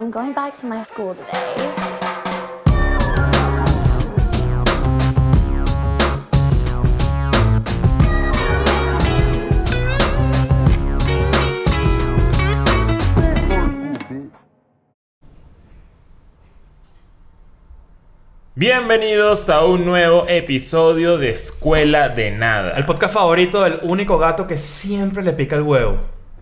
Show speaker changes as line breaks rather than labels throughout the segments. I'm going back to my school today.
Bienvenidos a un nuevo episodio de Escuela de Nada.
El podcast favorito del único gato que siempre le pica el huevo.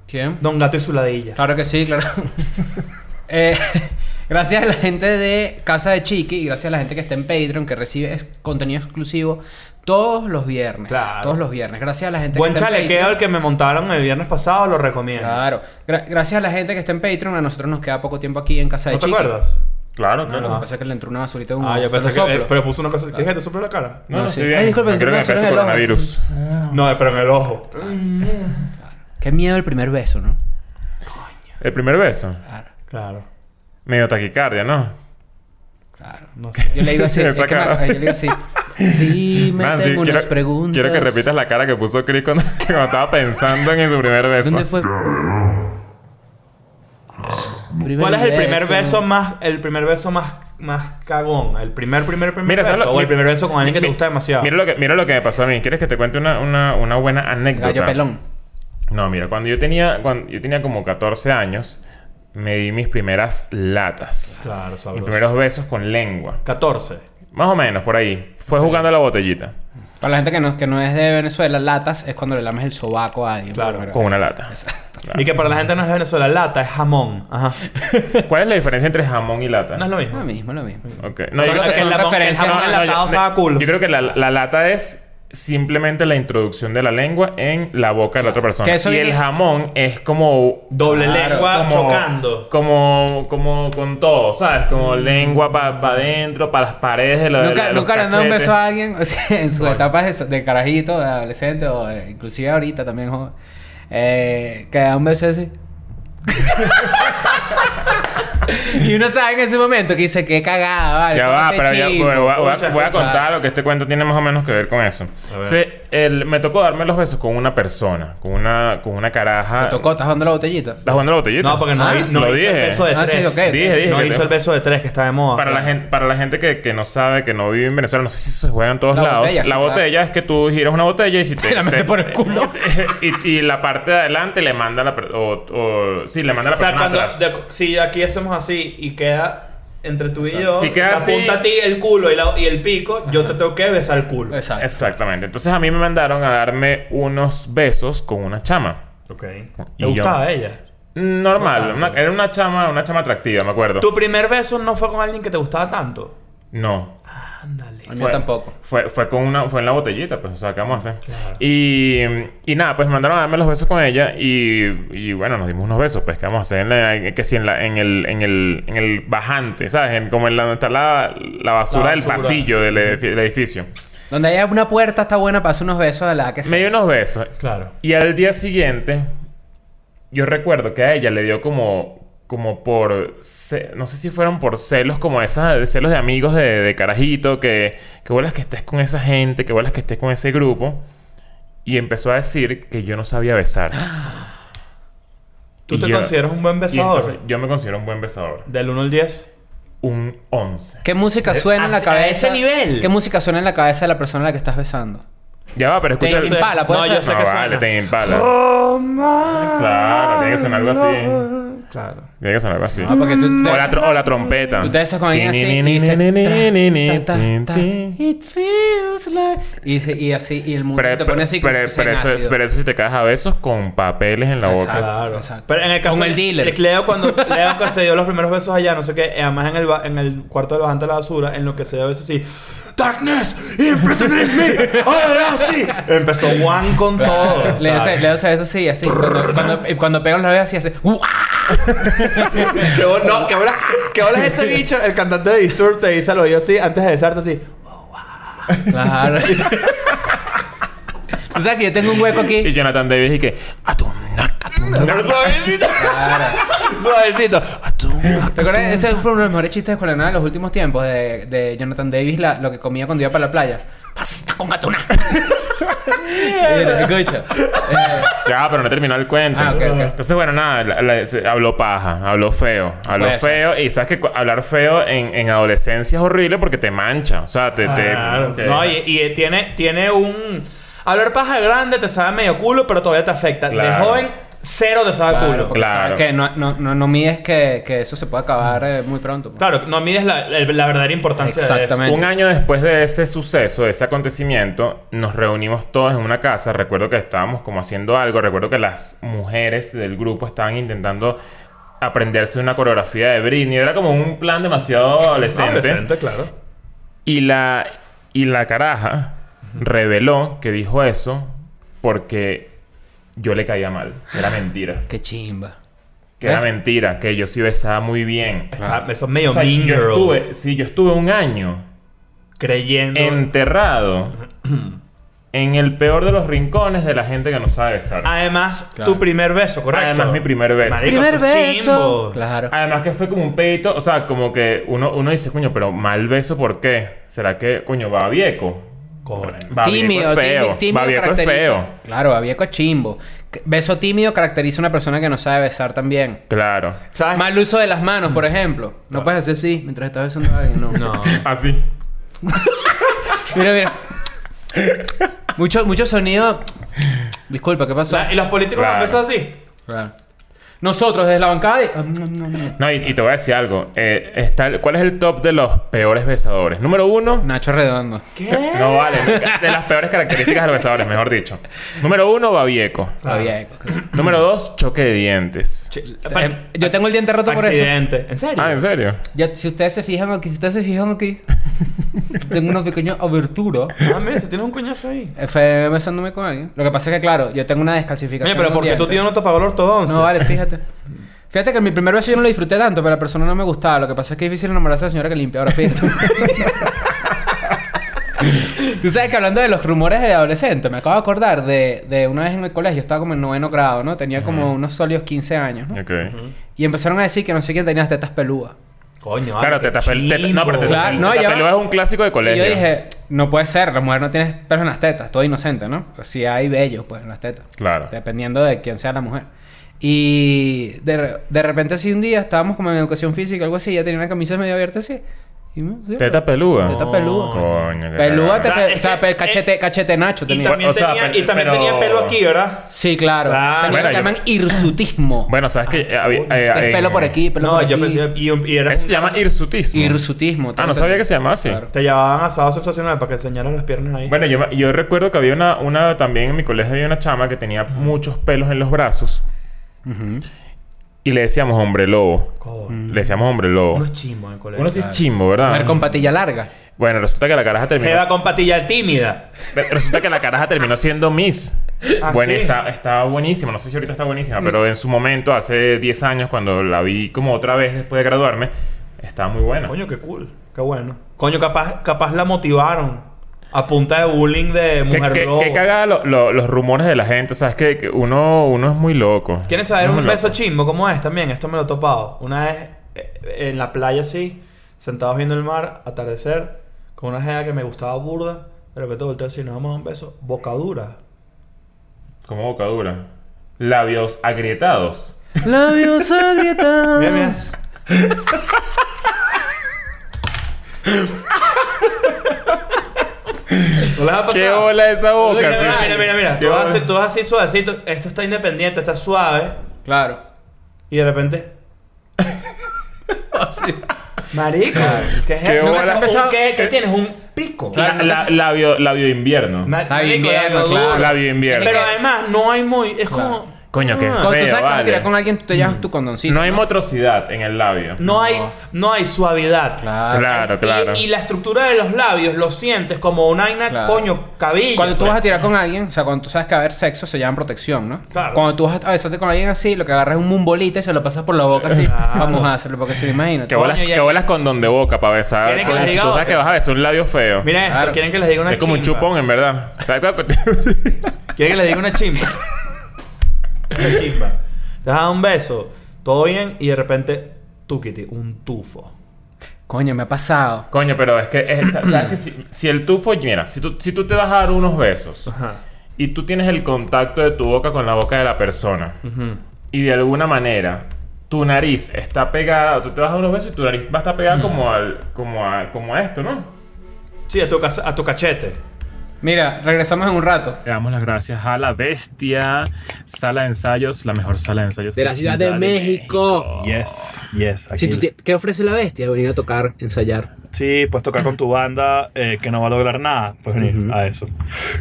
¿Quién?
Don Gato y su ladilla.
Claro que sí, claro. Eh, gracias a la gente de Casa de Chiqui y gracias a la gente que está en Patreon que recibe ex- contenido exclusivo todos los viernes.
Claro.
Todos los viernes. Gracias a la gente
Buen
que está en
chalequeo el que me montaron el viernes pasado, lo recomiendo.
Claro. Gra- gracias a la gente que está en Patreon, a nosotros nos queda poco tiempo aquí en Casa de
¿No te
Chiqui.
acuerdas?
Claro,
No,
claro.
lo que pasa es que le entró una basurita de un
Ah,
te
yo pensé
lo
que.
soplo.
eh, pero puso una cosa. ¿Quieres que te suple la cara?
No, no,
sí.
estoy bien.
Ay, disculpe,
no
creo
quiero que
que suena
me afecte
el ojo.
coronavirus.
No, pero en el ojo.
Qué miedo el primer beso, ¿no?
El primer beso.
Claro,
Claro.
Medio taquicardia, ¿no?
claro.
No sé.
Yo le digo así, es
Esa
que me-
cara.
yo le digo así. Dime,
Man, sí,
tengo unas
quiero,
preguntas.
quiero que repitas la cara que puso Chris cuando, cuando estaba pensando en su primer beso.
¿Dónde fue? Primer
¿Cuál es el primer beso más. El primer beso más. Más cagón? ¿El primer, primer, primer
Mira, ¿sabes
beso?
lo-
¿O el
mi-
primer beso con alguien que te
mi-
gusta demasiado?
Mira lo, que, mira lo que me pasó a mí. ¿Quieres que te cuente una, una, una buena anécdota?
Gallo pelón.
No, mira, cuando yo tenía, cuando yo tenía como 14 años, me di mis primeras latas.
Claro,
Mis
sabroso.
primeros besos con lengua.
14.
Más o menos, por ahí. Fue jugando a la botellita.
Para la gente que no, que no es de Venezuela, latas es cuando le lames el sobaco a alguien.
Claro,
Pero-
Con una lata.
Y que para la gente no es de Venezuela, lata es jamón. Ajá.
¿Cuál es la diferencia entre jamón y lata?
No es lo mismo.
Lo Ah, mismo, lo mismo.
Ok.
Solo
creo
que son
el jamón-
referencias,
El jamón
no,
enlatado
yo-
sabe a culo.
yo creo que la, la lata es simplemente la introducción de la lengua en la boca de la otra persona.
Que eso
y
viene-
el jamón es como...
Doble
Claro,
lengua
como-
chocando.
Como, como con todo, ¿sabes? Como lengua para adentro, para las paredes de la de la-
Nunca,
de
nunca le
los
han dado un
cachetes.
beso a alguien o sea, en sus etapas de, so- de carajito, de adolescente o eh, inclusive ahorita también joven. Eh, que da un beso así. y uno sabe en ese momento que dice, qué cagada, vale.
Ya
ponte
va, pero ya,
chingo".
voy, voy a- voy a-
Escucha,
voy a
escucha.
contar lo que este cuento tiene más o menos que ver con eso.
A ver.
Sí, el- me tocó darme los besos con una persona, con una, con una caraja.
Te tocó, estás dando las botellitas.
¿Estás jugando la botellita?
No, porque no,
Ah,
hi- no
lo
hizo el
dije.
beso de
Ah, sí,
tres.
ok.
Dije, dije.
No
que
hizo
tengo-
el beso de tres que está de moda.
Para la gente, para la gente que, que no sabe, que no vive en Venezuela, no sé si se juega en todos
La
lados.
botella, sí,
la
claro.
botella es que tú giras una botella y si te.
la metes
te-
por el culo.
y, y la parte de adelante le manda la per- o, o- sí, le manda
O
la
sea,
persona
cuando
atrás.
de- si aquí hacemos así y queda entre tú y yo,
si queda
te
así-
apunta a ti el culo y, la- y el pico, yo te tengo que besar el culo.
Exacto.
Exactamente. Entonces a mí me mandaron a darme unos besos con una chama.
Ok.
Y
¿Te
yo-
gustaba ella?
Normal,
No tanto.
una- era una chama, una chama atractiva, me acuerdo.
¿Tu primer beso no fue con alguien que te gustaba tanto?
No,
Ándale.
A mí tampoco.
Fue, fue con una, fue en la botellita, pues, o sea, ¿qué vamos a hacer? Y, y nada, pues mandaron a darme los besos con ella y, y bueno, nos dimos unos besos, pues, ¿qué vamos a hacer? En la- que si en, la, en, el, en, el, en el bajante, ¿sabes? En- como en la, donde está la, la basura
La
del
basura.
pasillo del, edifi- del edificio.
Donde haya una puerta está buena para hacer unos besos de la que sea.
Me dio unos besos
Claro.
y al día siguiente, yo recuerdo que a ella le dio como. Como por... ce- No sé si fueron por celos, como esas... de Celos de amigos de, de carajito. Que... Que vuelas que estés con esa gente. Que vuelas que estés con ese grupo. Y empezó a decir que yo no sabía besar.
¿Tú
Y
te
yo-
consideras un buen
Y
besador?
entonces yo me considero un buen besador.
Del 1 al 10.
Un 11.
¿Qué música
Eh,
suena en la
así- a
cabeza?
ese nivel.
¿Qué música suena en la cabeza de la persona a la que estás besando?
Ya va, pero escucha...
Te impala, puede
no,
ser.
yo sé
No,
que
vale,
suena.
te impala. Claro, tiene que sonar algo así.
Claro.
Tiene que sonar algo así.
Ah, porque tú te,
O la, tro- o la trompeta.
tú te besas con alguien así y dices, "Tra, ta, ta, ta, It feels like... Y, se- y así, y el mundo
Pero,
te pone así como
pero-
si
pero
fuese
eso,
en
es-
ácido.
pero eso si te cagas a besos con papeles en la boca.
Exacto.
Claro.
Exacto.
Pero en el caso
Con el
de-
dealer.
de Leo cuando Leo que se dio los primeros besos allá, no sé qué, eh, además en el ba- en el cuarto de la banda de la basura, en lo que se dio besos así, Darkness, impersonate me, ahora sí. Empezó Juan con todo.
Le hace,
Claro.
le hace eso así, así. Cuando, cuando, y cuando pegan los labios así, hace... ¡Uah!
Que vos- no, que ahora, que ahora es ese bicho, el cantante de Disturb te dice al oído así, antes de besarte así.
Claro. Tú sabes que yo tengo un hueco
Y
aquí.
Jonathan Davis y que... "Atum, nac, atum, nac".
Pero suavecito. Suavecito.
¿Te acuerdas? Ese fue uno de los mejores chistes de Escuela de Nada de los últimos tiempos de, de Jonathan Davis, la- lo que comía cuando iba para la playa. ¡Pasta con gatuna! Mira, escucha. Eh,
Ya, pero no he terminado el cuento.
Ah, ok, ok.
Entonces, bueno, nada, la- la- se- habló paja, habló feo, habló
Puede ser.
feo. Y sabes que cu- hablar feo en, en adolescencia es horrible porque te mancha. O sea, te. te-
Claro.
te-
No, y, y, eh, tiene, tiene un. Hablar paja grande te sabe medio culo, pero todavía te afecta.
Claro.
De joven, cero te sabe
claro,
culo.
porque
Ah, Claro.
sabes que no, no, no, no mides que, que eso se puede acabar eh, muy pronto. pues.
Claro, no mides la, la- la verdadera importancia
Exactamente.
Un año después de ese suceso, de ese acontecimiento, nos reunimos todos en una casa. Recuerdo que estábamos como haciendo algo. Recuerdo que las mujeres del grupo estaban intentando aprenderse una coreografía de Britney. Era como un plan demasiado
de eso.
adolescente.
Adolescente, claro.
Y la, y la caraja reveló que dijo eso porque yo le caía mal. Que era mentira.
Qué chimba.
Que era
¿Eh?
mentira. Que yo sí besaba muy bien.
Está- Eso es medio
O sea,
mean
yo
girl.
estuve, sí, yo estuve un año
Creyendo.
enterrado en el peor de los rincones de la gente que no sabe besar.
Ah, Además,
Claro.
tu primer beso, correcto.
Además, mi primer beso.
Marico,
Primer
eso es
beso.
chimbo.
Claro.
Además que fue como un pedito, o sea, como que uno, uno dice, coño, pero mal beso, ¿por qué? ¿Será que, coño, va vieco?
Coño.
Va
Tímido,
es feo.
tímido, tímido
Babieco es
caracteriza.
feo.
Claro, babieco es chimbo. C- Beso tímido caracteriza a una persona que no sabe besar también.
Claro.
¿Sabes?
Mal uso de las manos, por ejemplo. No puedes hacer así mientras estás besando a alguien. No.
No.
Así.
Mira, mira. Mucho, mucho sonido. Disculpa, ¿qué pasó?
La- ¿Y los políticos
Claro.
dan besos así?
Claro. Nosotros desde la bancada.
Ah,
y-
No, y, y te voy a decir algo. Eh, está el- ¿Cuál es el top de los peores besadores? Número uno.
Nacho Redondo.
¿Qué?
No vale. De las peores características de los besadores, mejor dicho. Número uno, babieco.
Babieco.
Número dos, choque de dientes.
Eh, yo tengo el diente roto por eso.
Accidente. ¿En serio?
Ah, ¿en serio?
Ya, si ustedes se fijan aquí, si ustedes se fijan aquí, tengo una pequeña abertura.
Ah, mira, se tiene un coñazo ahí.
Eh, Fue besándome con alguien. Lo que pasa es que, claro, yo tengo una descalcificación.
Oye, pero
de un
porque tu
diente.
tío no te pagó el ortodoncia.
No, vale, fíjate. Fíjate que en mi primer beso yo no lo disfruté tanto, pero la persona no me gustaba. Lo que pasa es que es difícil enamorarse a la señora que limpia. Ahora fíjate. Tú sabes que hablando de los rumores de adolescente, me acabo de acordar de, de una vez en el colegio, estaba como en noveno grado, ¿no? Tenía como unos sólidos 15 años, ¿no?
Ok.
Y empezaron a decir que no sé quién tenía las tetas pelúas.
Coño, vale,
Claro,
qué
te tapel... te- No, pero te
chimbo.
Claro, no, ya va.
es un clásico de
Y yo
colegio.
dije, no puede ser, la mujer no tiene pelos en las tetas, todo inocente, ¿no? Si hay bello, pues en las tetas.
Claro.
Dependiendo de quién sea la mujer. Y de, re- de repente así un día estábamos como en educación física algo así, y ella tenía una camisa medio abierta así. Y me- sí,
Teta pelúa.
Teta pelúa.
Coño, qué
Pelúa, te
cagada.
O sea,
pe- o sea,
es
pe-
que- eh,
cachete, cachete nacho
Y
tenía.
también,
O sea,
tenía,
pero-
y también tenía
pero-
pelo aquí, ¿verdad?
Sí, claro.
Claro.
Tenía lo que
Bueno,
llaman hirsutismo.
Bueno, sabes que... eh, había- eh,
Que es
eh,
Ah, pelo por aquí, pelo
No,
por aquí.
yo pensé. Y, un- y era.
Eso se llama irsutismo.
Hirsutismo.
Ah, no sabía que se llamaba así.
Claro.
Te llevaban asado sensacional para que enseñaran las piernas ahí.
Bueno, yo, me- yo recuerdo que había una, una... También en mi colegio había una chama que tenía muchos pelos en los brazos. Y le decíamos hombre lobo.
Coño.
Le decíamos hombre lobo.
Uno es chimbo en el colegio.
Mm. Uno sí es chimbo, ¿verdad?
A ver, con patilla larga.
Bueno, resulta que la caraja terminó...
Jeva con patilla tímida.
Re- Resulta que la caraja terminó siendo Miss.
¿Ah,
bueno,
sí?
está, está buenísima. No sé si ahorita está buenísima, pero en su momento, hace 10 años, cuando la vi como otra vez después de graduarme, estaba muy buena.
Coño, qué cool. Qué bueno. Coño, capaz, capaz la motivaron. A punta de bullying de
¿Qué,
mujer
qué-
lobo.
qué cagada lo- lo- los rumores de la gente? O sea, es que, que uno, uno es muy loco.
¿Quieren saber
Uno es
un
muy
beso
loco.
chimbo cómo es también? Esto me lo he topado. Una vez eh, en la playa así, sentados viendo el mar, atardecer, con una jeva que me gustaba burda, de repente volteo así, nos damos un beso, bocadura.
Como bocadura. Labios agrietados.
Labios agrietados.
Mira, mira. ¿No les ha pasado?
¡Qué bola esa boca!
Mira,
Sí,
mira,
sí.
mira, mira, mira.
Qué
Tú vas
bola.
así, tú vas así suavecito. Esto está independiente, está suave.
Claro.
Ah,
Y de repente...
Así.
Marico, ¿qué es
Qué
esto?
bola. Eh,
¿Un
Empezado-
¿Qué, ¿Qué tienes? ¿Un pico?
La-
Claro, no
la-
pasa-
labio, labio invierno.
Ma-
Está bien
marico,
invierno,
labio
claro.
duro.
Labio invierno.
Pero además, no hay muy... Es como... Mm.
Coño, qué
Cuando tú
feo,
sabes que vas a
vale.
tirar con alguien, tú te llevas tu condoncito.
No hay motrosidad en el labio.
No hay, no hay suavidad.
Claro.
Claro,
Y-
claro.
Y, la estructura de los labios lo sientes como una vaina,
Claro.
coño, cabello. pues.
Cuando tú vas a tirar con alguien, o sea, cuando tú sabes que va a haber sexo, se llama protección, ¿no?
Claro.
Cuando tú vas a besarte con alguien así, lo que agarras es un mumbolita y se lo pasas por la boca así. Vamos a hacerlo, porque se lo imagina.
Que
Coño,
bolas,
ya-
que bolas con don de boca para besar.
¿Quieren que
Coño,
les
si
diga
tú sabes
otra?
que vas a besar un labio feo.
Mira esto,
Claro.
quieren que les diga una
es como un
chimba?
chupón, en verdad. ¿Sabes cuál?
Quieren que les diga una chimba. una chimba. Te das un beso, todo bien, y de repente, tú, Kitty, un tufo.
Coño, me ha pasado.
Coño, pero es que... es- sa- ¿Sabes que si, si el tufo... Mira, si tú, si tú te vas a dar unos besos
Ajá.
y tú tienes el contacto de tu boca con la boca de la persona
Ujú.
y de alguna manera tu nariz está pegada, tú te vas a unos besos y tu nariz va a estar pegada como al como a como a esto, ¿no?
Sí, a tu, cas- a tu cachete.
Mira, regresamos en un rato.
Le damos las gracias a La Bestia, sala de ensayos, la mejor sala de ensayos
De la Ciudad de México.
Yes, yes.
Si tú te- ¿Qué ofrece la bestia? Venir a tocar, ensayar.
Sí, puedes tocar con tu banda eh, que no va a lograr nada. Puedes venir
Ujú.
a eso.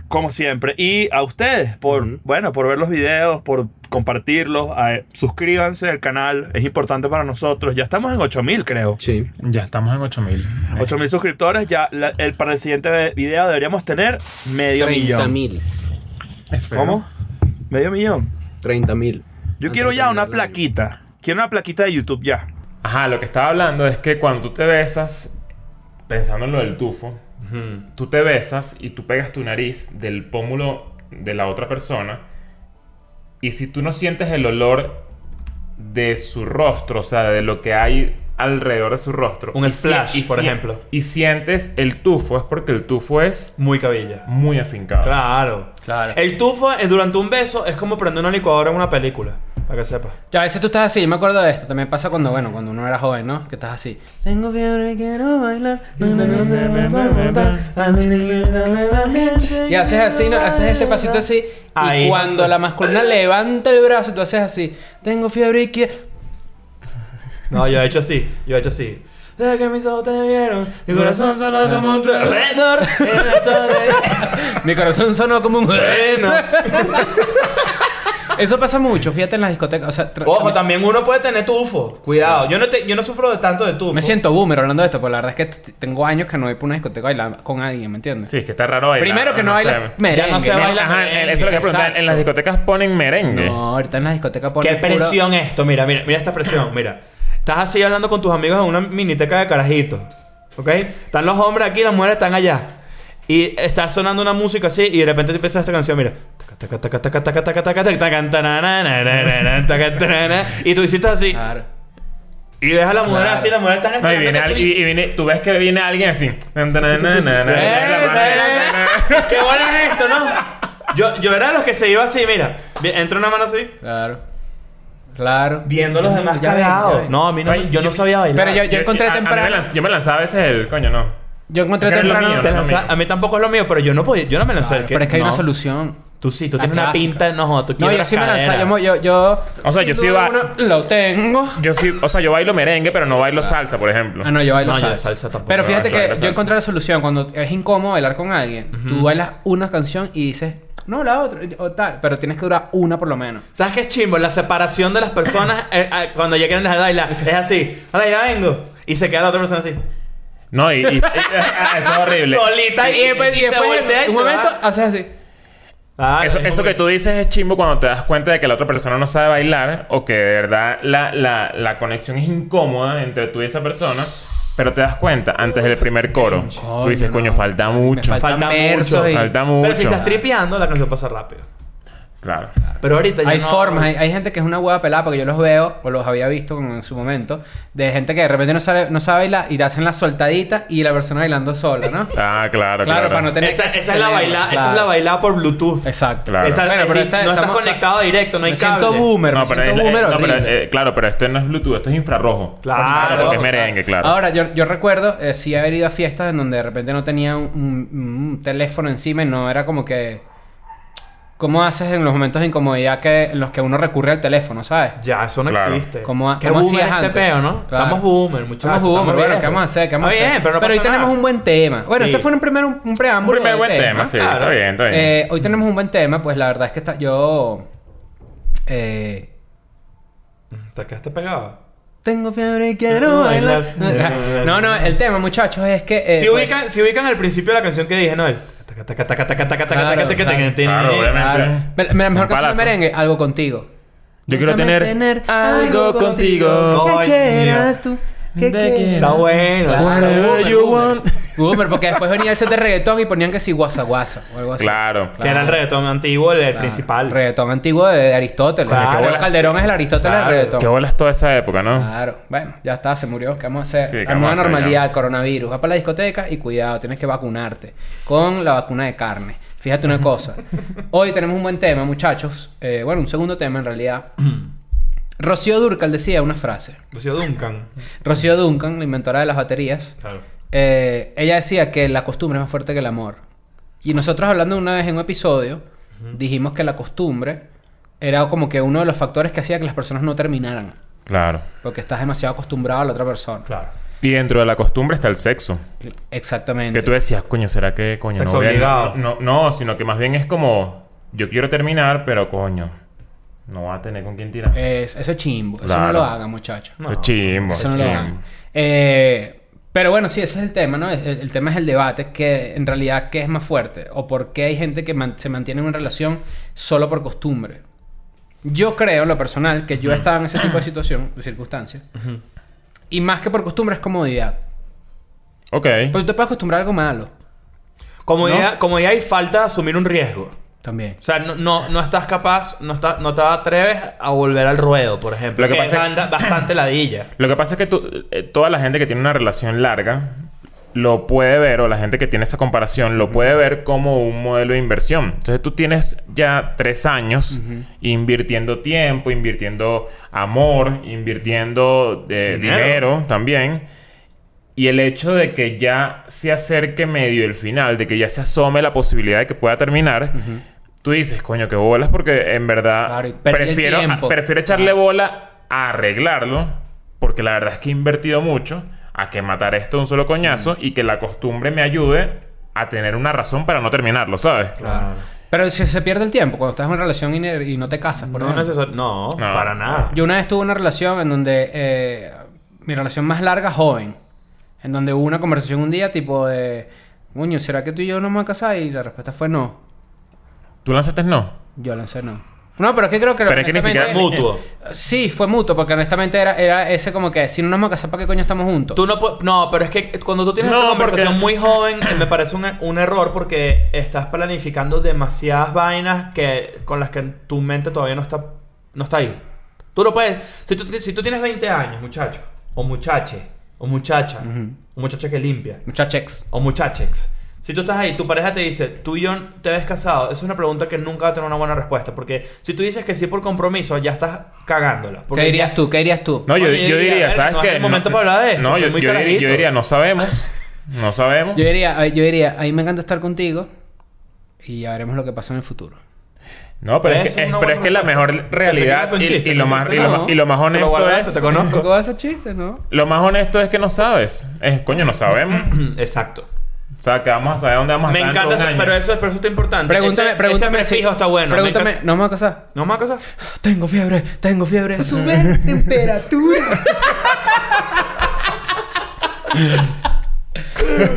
Como siempre. Y a ustedes, por,
Ujú.
bueno, por ver los videos, por compartirlos. a- suscríbanse al canal. Es importante para nosotros. Ya estamos en 8000, creo.
Sí.
Ya estamos en 8000.
8000 suscriptores. Ya la- el, para el siguiente ve- video deberíamos tener medio
30
millón.
mil.
Espero.
¿Cómo? Medio millón.
30 Ah, mil.
Yo
Antes
quiero
de
ya una
terminar el año.
plaquita. Quiero una plaquita de YouTube ya.
Ajá, lo que estaba hablando es que cuando tú te besas, pensando en lo del tufo, tú te besas y tú pegas tu nariz del pómulo de la otra persona y si tú no sientes el olor de su rostro, o sea, de lo que hay alrededor de su rostro.
Un
y
splash,
si- y
por
si-
ejemplo.
Y sientes el tufo, es porque el tufo es
Muy cabilla.
muy afincado.
Claro.
Claro.
El tufo eh, durante un beso es como prender una licuadora en una película. Para que sepas.
Ya, a veces tú estás así, yo me acuerdo de esto. También pasa cuando, bueno, cuando uno era joven, ¿no? Que estás así. Tengo fiebre y quiero bailar. Y haces así, ¿no? Haces ese pasito así. Y
Ahí.
cuando la masculina levanta el brazo, tú haces así. Tengo fiebre y quiero...
No, yo he hecho así. Yo he hecho así. Desde que mis ojos te vieron, mi corazón sonó como un terrenor.
Mi corazón sonó como un... Eso pasa mucho, fíjate en las discotecas. O sea, tra-
Ojo, también uno puede tener tufo. Cuidado. Yo no, te- yo no sufro de tanto de tufo.
me siento boomer hablando de esto, pero la verdad es que t- tengo años que no voy por una discoteca a bailar con alguien, ¿me entiendes?
Sí, es que está raro bailar. ah,
Primero que no,
sé.
baila merengue.
Ya no se
No,
baila
ajá,
merengue,
eso es lo que preguntan.
exacto.
En las discotecas ponen merengue.
No, ahorita en las discotecas ponen
Qué
puro-
presión esto, mira, mira, mira esta presión, mira. Estás así hablando con tus amigos en una miniteca de carajitos, ¿ok? Están los hombres aquí, las mujeres están allá. Y está sonando una música así y de repente te empieza esta canción, mira. Taca, taca, taca, taca, taca, taca, taca, taca, tananana, taca, tanana. Y tú hiciste así.
Claro.
Y dejas a la mujer así, la mujer está
No, y viene
que tú-
alguien, y viene, tú ves que viene alguien así. Na, na, na, na, na, na, na, na.
¡Qué bueno es esto, ¿no? Yo, yo era de los que se iba así, mira. Entra una mano así.
Claro. Claro.
Viendo a los demás
Ya ven, ya
cagados.
ven.
No, a mí no,
Oye,
yo no sabía bailar.
Pero yo- encontré
a- a mí me
temprano-
lanz- yo me lanzaba a veces el coño, no.
Yo encontré
Es que no es lo mío,
temprano.
Te
no es lo
lanza-
mío.
a mí tampoco es lo mío, pero yo no podía, yo no me lancé
Claro,
el que-
Pero es que hay
no.
una solución.
Tú sí, tú
La
tienes una
clásica.
pinta, no, tú
No, yo
quiebras
sí me lanzaba.
cadera.
Yo, mo- yo, yo.
O sea,
sin
yo sí
duda
va-
alguna, Lo tengo.
Yo sí, o sea, yo bailo merengue, pero no bailo salsa, por ejemplo.
Ah, no, yo bailo
No, yo
salsa.
salsa tampoco.
Pero
No,
fíjate
eso
que
era
yo
salsa.
encontré la solución. Cuando es incómodo bailar con alguien, tú bailas una canción y dices, no, la otra, o tal. Pero tienes que durar una por lo menos.
¿Sabes qué es chimbo? La separación de las personas eh, ah, cuando ya quieren dejar de bailar. Es así. Ahora ya vengo. Y se queda la otra persona así.
No, y, y- ah, eso es horrible.
Solita y, y se voltea y
en un
se va.
momento haces así.
Ah,
Eso,
es
eso
como
que tú dices es chimbo cuando te das cuenta de que la otra persona no sabe bailar o que de verdad la, la- la conexión es incómoda entre tú y esa persona, pero te das cuenta antes del primer coro. tú dices,
Coño,
coño,
no.
falta mucho.
falta-
Falta
versos
mucho.
y-
Falta
Pero si
mucho.
estás tripeando, la canción pasa rápido.
Claro.
Pero ahorita ya
Hay
no-
formas, hay, hay gente que es una hueá pelada porque yo los veo o los había visto en su momento de gente que de repente no sabe, no sabe bailar y te hacen la soltadita y la persona bailando sola, ¿no? claro,
Ah, claro, claro.
para no tener
Esa,
que-
esa es la
claro.
bailada, esa es la bailada por Bluetooth.
Exacto.
Claro.
Esa-
Bueno,
es
pero
decir,
esta-
no estás
estamos-
conectado directo, no hay
me
cable.
siento boomer,
No,
me
pero,
siento
es-
boomer
eh, no, pero,
horrible.
eh, claro, pero esto no es Bluetooth, esto es infrarrojo.
Claro.
porque es merengue, claro.
Ahora, yo, yo recuerdo eh, sí haber ido a fiestas en donde de repente no tenía un, un- un teléfono encima y no era como que... ¿Cómo haces en los momentos de incomodidad que, en los que uno recurre al teléfono, sabes?
Ya, eso no
Claro.
existe.
Como a-
Qué
como
boomer
hacías
este
antes.
peo, ¿no?
Claro.
Estamos boomer, muchachos.
Estamos boomer, bueno,
viejos.
¿qué vamos a hacer? ¿Qué vamos a
Está
hacer?
bien, pero no
hoy
pasa
tenemos
nada.
un buen tema. Bueno,
Sí.
este fue un, primer, un, un
Un
preámbulo.
primer
del
buen tema, sí,
Claro.
está bien, está bien.
Eh, hoy tenemos un buen tema, pues la verdad es que está, yo... eh,
¿Te quedaste pegado?
tengo fiebre y quiero bailar. No, no, el tema, muchachos, es que... eh,
si,
pues,
ubican, si ubican al principio de la canción que dije, ¿no? El taca, taca, taca, taca, taca, taca, taca,
Claro,
taca, taca,
claro.
taca,
Claro,
taca,
obviamente.
Claro. Me- me- La mejor
Un
canción de
palazo.
merengue, algo contigo.
Yo quiero
Déjame
tener, algo contigo.
Coño.
¿Qué quieras tú? ¿Qué
Te
quieras?
Está bueno.
Claro,
Whatever
boomer,
you
boomer.
want.
Boomer, porque después venía el set de reggaetón y ponían que si guasa guasa o algo así.
Claro.
Que era el reggaetón antiguo, el principal.
Reggaetón antiguo de Aristóteles.
Claro.
Alfredo
Qué bola.
Calderón es el Aristóteles
Claro.
del reggaetón.
Qué bolas toda esa época, ¿no?
Claro, bueno, ya está, se murió. ¿Qué vamos a hacer?
Sí, ¿qué
la
vamos
nueva
a hacer,
normalidad,
ya?
el coronavirus. Va para la discoteca y cuidado, tienes que vacunarte con la vacuna de carne. Fíjate una cosa. Hoy tenemos un buen tema, muchachos. Eh, bueno, un segundo tema en realidad. Rocío Durcal decía una frase.
Rocío Duncan.
Rocío Duncan, la inventora de las baterías,
Claro.
eh, ella decía que la costumbre es más fuerte que el amor. Y nosotros hablando una vez en un episodio, dijimos que la costumbre era como que uno de los factores que hacía que las personas no terminaran.
Claro.
Porque estás demasiado acostumbrado a la otra persona.
Claro.
Y dentro de la costumbre está el sexo.
Exactamente.
Que tú decías, coño, ¿será que coño?
Sexo
no voy a-
obligado.
No, no, sino que más bien es como, yo quiero terminar, pero coño, no va a tener con quién tirar.
Es- eso es chimbo. Eso no
Claro.
lo hagan, muchachos.
No.
Es chimbo,
Eh, Eso no
es
lo
chimbo.
hagan. Eh, pero bueno, sí, ese es el tema, ¿no? El, el tema es el debate, que en realidad, ¿qué es más fuerte? ¿O por qué hay gente que man- se mantiene en una relación solo por costumbre? Yo creo, en lo personal, que yo estaba en ese tipo de situación, de circunstancias. Y más que por costumbre es comodidad.
Ok.
Pero tú te puedes acostumbrar a algo malo
Como,
¿No?
ya, como ya hay falta de asumir un riesgo.
también.
O sea, no, no, no estás capaz, no, está, no te atreves a volver al ruedo, por ejemplo.
Lo que
que,
pasa es-
anda bastante ladilla.
Lo que pasa es que tú- eh, toda la gente que tiene una relación larga lo puede ver, o la gente que tiene esa comparación, lo puede ver como un modelo de inversión. Entonces tú tienes ya tres años invirtiendo tiempo, invirtiendo amor, invirtiendo eh,
Dinero.
dinero también. Y el hecho de que ya se acerque medio el final, de que ya se asome la posibilidad de que pueda terminar, tú dices, coño, qué bolas, porque en verdad
Claro, y perdí el
prefiero,
tiempo.
prefiero echarle bola a arreglarlo, porque la verdad es que he invertido mucho a que matar esto de un solo coñazo y que la costumbre me ayude a tener una razón para no terminarlo, ¿sabes?
Claro.
Pero si se pierde el tiempo, cuando estás en una relación y, ne- y no te casas, por
No,
ejemplo.
es necesario- no,
No.
para nada.
Yo una vez tuve una relación en donde eh, mi relación más larga, joven, en donde hubo una conversación un día tipo de, "Coño, ¿será que tú y yo no vamos a casar? Y la respuesta fue no.
¿Tú lanzaste no?
Yo lancé no. No, pero es que creo que...
Pero es que ni
honestamente-
siquiera-
Mutuo.
Sí, fue mutuo, porque honestamente era, era ese como que, si no nos vamos a casar, ¿para qué coño estamos juntos?
Tú no pu- No, pero es que cuando tú tienes
No,
esa
porque-
conversación muy joven, eh, me parece un, un error porque estás planificando demasiadas vainas que, con las que tu mente todavía no está, no está ahí. Tú lo puedes. Si tú, si tú tienes 20 años, muchacho, o muchache, o muchacha, o muchacha que limpia,
Muchachex.
o muchachex. Si tú estás ahí, tu pareja te dice, tú y yo te ves casado, es una pregunta que nunca va a tener una buena respuesta. Porque si tú dices que sí por compromiso, ya estás cagándola.
¿Qué
Porque
dirías tú? ¿Qué dirías tú?
No, yo,
Oye,
yo
diría,
diría,
"Verga,
¿sabes
no es
qué?
el momento para hablar de esto,
No,
soy
yo,
muy
yo diría, yo
carajito".
diría, no sabemos. No sabemos.
Yo diría, eh, yo diría, a mí me encanta estar contigo y ya veremos lo que pasa en el futuro.
No, pero es,
Eso
que,
es
es-
una
pero es
buena
que la
respuesta.
mejor
Pensé que
realidad
ibas a un
y,
chiste,
y lo
no
más,
hiciste
y lo
nada.
más- y lo más
Te lo
honesto
guardaste, te
es...
conozco.
¿Cómo va ese chiste, no?
Lo más honesto es que no sabes. Es, coño, no sabemos.
Exacto.
O sea, que vamos a saber dónde vamos a
Mm. Me
estar dentro
encanta,
de un
este-
año.
pero eso, pero eso está importante.
Pregúntame,
ese,
pregúntame.
Ese
si-
prefijo está bueno. me
Pregúntame,
encanta-
¿no vamos a casar?
¿No más cosas?
Tengo fiebre, tengo fiebre. Sube la temperatura.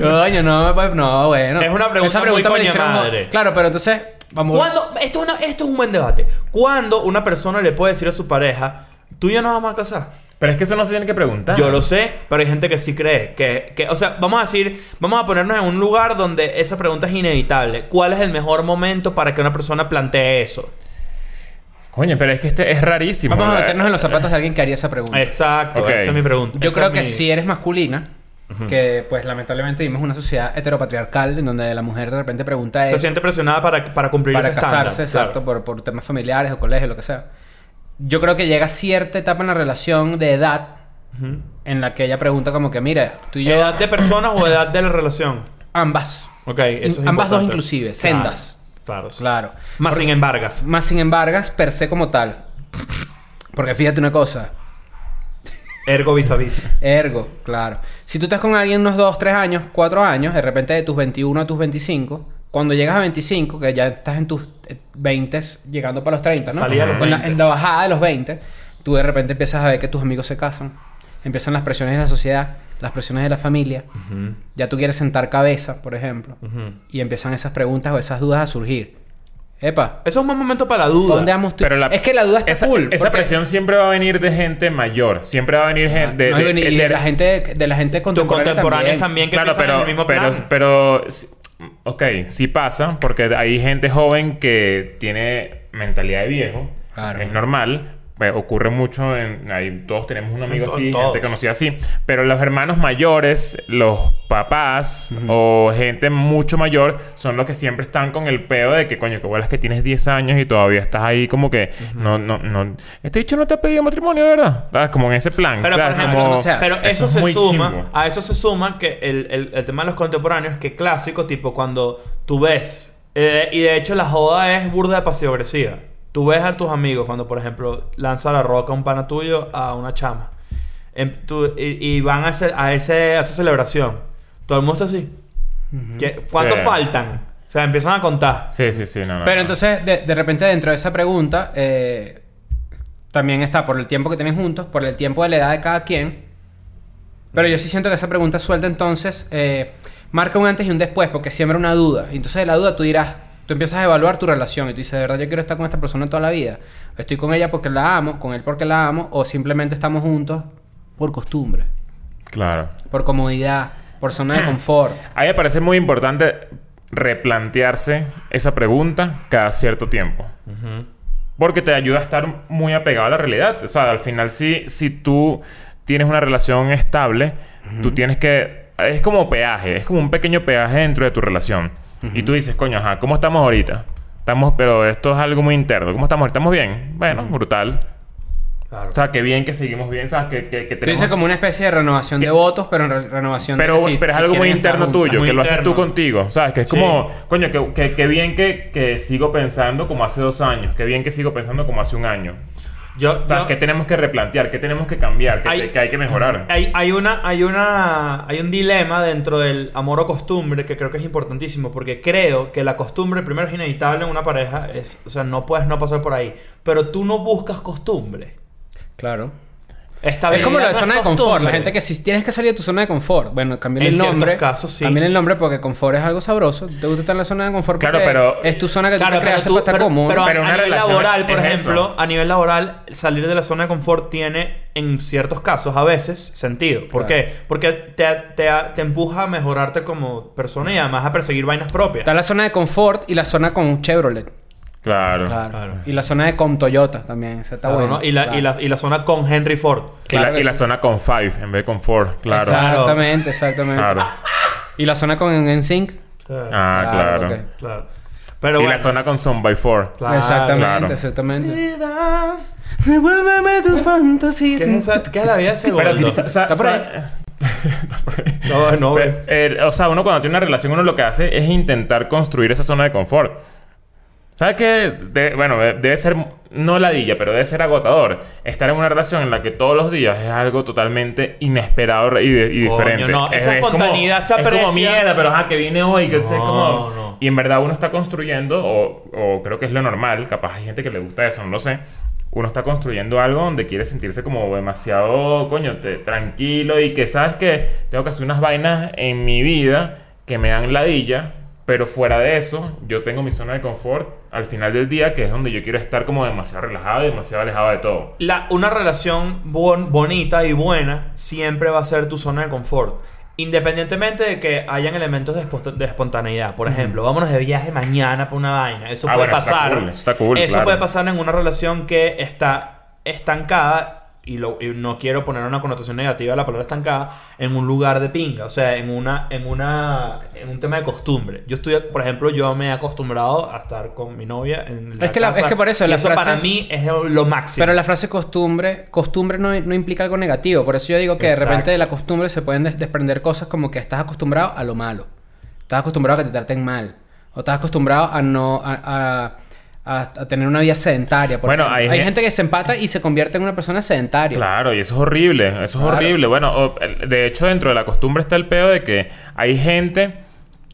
Coño, no, pues, no, bueno.
Es una pregunta muy
me la
coña
hicieron-
madre.
Claro, pero entonces, vamos.
¿Cuándo? Esto es, una- esto es un buen debate. ¿Cuándo una persona le puede decir a su pareja, tú ya no vamos a casar?
Pero es que eso no se tiene que preguntar.
Yo lo sé, pero hay gente que sí cree. Que, que, o sea, vamos a decir, vamos a ponernos en un lugar donde esa pregunta es inevitable. ¿Cuál es el mejor momento para que una persona plantee eso?
Coño, pero es que este es rarísimo.
Vamos a
¿verdad?
meternos en los zapatos de alguien que haría esa pregunta.
Exacto,
Ok.
esa es mi pregunta.
Yo
Esa
creo
es
que
mi-
si eres masculina, que pues lamentablemente vivimos una sociedad heteropatriarcal en donde la mujer de repente pregunta
Se
eso.
siente presionada para, para cumplir
para
ese estándar,
casarse,
claro.
exacto, por, por temas familiares o colegio, lo que sea. Yo creo que llega cierta etapa en la relación de edad en la que ella pregunta como que, mira, tú y yo
¿Edad de personas o edad de la relación?
ambas.
Ok, eso es
Ambas dos
importante.
inclusive,
Claro,
sendas.
Claro, sí.
Claro.
Más sin embargas.
Más sin embargo, per se como tal. Porque fíjate una cosa,
Ergo vis a vis.
ergo, claro. Si tú estás con alguien unos 2, 3 años, 4 años, de repente de tus 21 a tus 25, cuando llegas a 25, que ya estás en tus 20, llegando para los 30, ¿no?
Salida a los
En la-
20.
en la bajada de los 20, tú de repente empiezas a ver que tus amigos se casan. Empiezan las presiones de la sociedad, las presiones de la familia. Ya tú quieres sentar cabeza, por ejemplo. Y empiezan esas preguntas o esas dudas a surgir. Epa,
Eso es un buen momento para la
¿pa'
duda.
¿dónde vamos tú?
Pero la-
Es que la duda está
esa,
full.
Esa
porque-
presión siempre va a venir de gente mayor. Siempre va a venir
Ah,
gen- de,
No,
de-
y de,
de-
la gente de la gente
Tus
contemporánea
contemporáneos
también.
también, que
Claro,
piensan en
pero,
el mismo
pero,
plan.
pero, sí- ok, sí pasa, porque hay gente joven que tiene mentalidad de viejo,
Claro.
es normal, eh, ocurre mucho en ahí todos tenemos un amigo
En to-
así,
todos.
gente conocida así, pero los hermanos mayores, los papás o gente mucho mayor son los que siempre están con el peo de que coño, que vuelas que tienes 10 años y todavía estás ahí como que no no no este dicho no te ha pedido matrimonio, ¿verdad? ¿Sabes? Como en ese plan,
Pero,
¿sabes?
por ejemplo,
Como-
eso no se hace.
pero
Eso
eso,
es
se
muy
suma,
chimbo.
a eso se suma que el, el- el tema de los contemporáneos, que clásico, tipo cuando tú ves, eh, y de hecho la joda es burda de pasivo agresiva. Tú ves a tus amigos cuando, por ejemplo, lanza la roca un pana tuyo a una chama. En- tú- y, y van a, ese, a, ese, a esa celebración. Todo el mundo está así. ¿Qué- ¿Cuántos
Sí.
faltan? O sea, empiezan a contar.
Sí, sí, sí, no, no,
Pero
no.
entonces, de, de repente, dentro de esa pregunta, eh, también está por el tiempo que tienen juntos, por el tiempo de la edad de cada quien. Pero yo sí siento que esa pregunta suelta entonces eh, marca un antes y un después, porque siembra una duda. Y entonces de la duda tú dirás, tú empiezas a evaluar tu relación y tú dices, de verdad yo quiero estar con esta persona toda la vida. Estoy con ella porque la amo, con él porque la amo, o simplemente estamos juntos por costumbre,
claro.
por comodidad, por zona de confort.
A mí me parece muy importante replantearse esa pregunta cada cierto tiempo. Porque te ayuda a estar muy apegado a la realidad. O sea, al final, si, si tú tienes una relación estable, tú tienes que. Es como peaje, es como un pequeño peaje dentro de tu relación. Y tú dices, coño, ajá, ¿cómo estamos ahorita? Estamos, pero esto es algo muy interno. ¿Cómo estamos? ¿Estamos bien? Bueno, brutal.
Claro.
O sea, qué bien que seguimos bien, ¿sabes? Que, que, que
Tú dices
tenemos-
como una especie de renovación de votos, pero en re- renovación de
pero,
que si-
pero es
si
algo muy
quieren estar
interno
juntos.
tuyo,
Muy
que lo haces tú
interno.
contigo. ¿Sabes? Que es como, coño, que, que- que bien que, que sigo pensando como hace dos años, que bien que sigo pensando como hace un año.
Yo,
¿Sabes?
yo-
¿Qué tenemos que replantear? ¿Qué tenemos que cambiar? ¿Qué,
Hay-
que hay que mejorar?
Hay, hay una, hay una, hay un dilema dentro del amor o costumbre que creo que es importantísimo porque creo que la costumbre primero es inevitable en una pareja, es- o sea, no puedes no pasar por ahí, pero tú no buscas costumbre.
Claro.
Estabilidad
es como la
no
zona de confort. La
costumbre.
gente que si tienes que salir de tu zona de confort. Bueno, cambien
En
el
ciertos
nombre.
casos, sí.
Cambien el nombre porque confort es algo sabroso. Te gusta estar en la zona de confort
Claro,
porque
pero-
es tu zona que
Claro,
tú te
pero,
creaste
tú-
para estar
pero-
cómodo.
pero a-
Pero
a
una
nivel
relación
laboral, por
es
ejemplo,
eso.
a nivel laboral, salir de la zona de confort tiene en ciertos casos a veces sentido.
Claro.
¿Por qué? Porque te, te, te empuja a mejorarte como persona y además a perseguir vainas propias.
Está la zona de confort y la zona con Chevrolet.
Claro.
Claro.
Ah, Claro.
Y la zona de con Toyota también. Esa está
Claro,
buena.
¿no? y, la,
Claro.
y, la, y la zona con Henry
Y,
Ford.
la,
Claro que
y la
sí.
zona con five en vez de con four. Claro.
Exactamente, exactamente.
Claro.
Y la zona con NSYNC.
Ah,
Claro,
claro.
ok.
Claro. Pero
y
bueno.
la zona con son by four.
Claro.
exactamente,
Claro.
exactamente.
Vida.
Devuélveme tu fantasía.
¿Qué es, esa, ¿Qué es la vida de ese
Pero
gordo?
sí, sa- sa-
Está por
sa-
ahí.
Está por ahí.
No, no,
Pero,
güey.
eh, o sea, uno cuando tiene una relación, uno lo que hace es intentar construir esa zona de confort. ¿Sabes qué? De- bueno, eh, debe ser, no ladilla, pero debe ser agotador. Estar en una relación en la que todos los días es algo totalmente inesperado y, de- y
Coño,
diferente.
no, esa
como-
espontaneidad se
Es como
aprecia.
mierda, pero ajá, que vine hoy, que
No,
es como...
no.
Y en verdad uno está construyendo, o, o creo que es lo normal, capaz hay gente que le gusta eso, no lo sé. Uno está construyendo algo donde quiere sentirse como demasiado, coño, te- tranquilo y que sabes que tengo que hacer unas vainas en mi vida que me dan ladilla, pero fuera de eso, yo tengo mi zona de confort al final del día, que es donde yo quiero estar como demasiado relajado y demasiado alejado de todo.
La- una relación bon- bonita y buena siempre va a ser tu zona de confort. Independientemente de que hayan elementos de, espont- de espontaneidad. Por ejemplo, vámonos de viaje mañana para una vaina. Eso
Ah,
puede
bueno, está
pasar.
cool, está cool,
Eso
claro.
puede pasar en una relación que está estancada. Y, lo- y no quiero poner una connotación negativa a la palabra estancada en un lugar de pinga, o sea, en una en una en un tema de costumbre. Yo estoy, por ejemplo, yo me he acostumbrado a estar con mi novia en la
Es que la-
casa,
es que por eso
y
la frase-
para mí es lo máximo.
Pero la frase costumbre, costumbre no, no implica algo negativo. Por eso yo digo que de
Exacto.
repente de la costumbre se pueden des- desprender cosas como que estás acostumbrado a lo malo. Estás acostumbrado a que te traten mal. O estás acostumbrado a no. a, a- a- a tener una vida sedentaria. por
Bueno,
ejemplo.
hay
hay,
gen-
gente que se empata y se convierte en una persona sedentaria.
Claro, y eso es horrible, eso es
Claro.
horrible. Bueno, o- de hecho dentro de la costumbre está el peo de que hay gente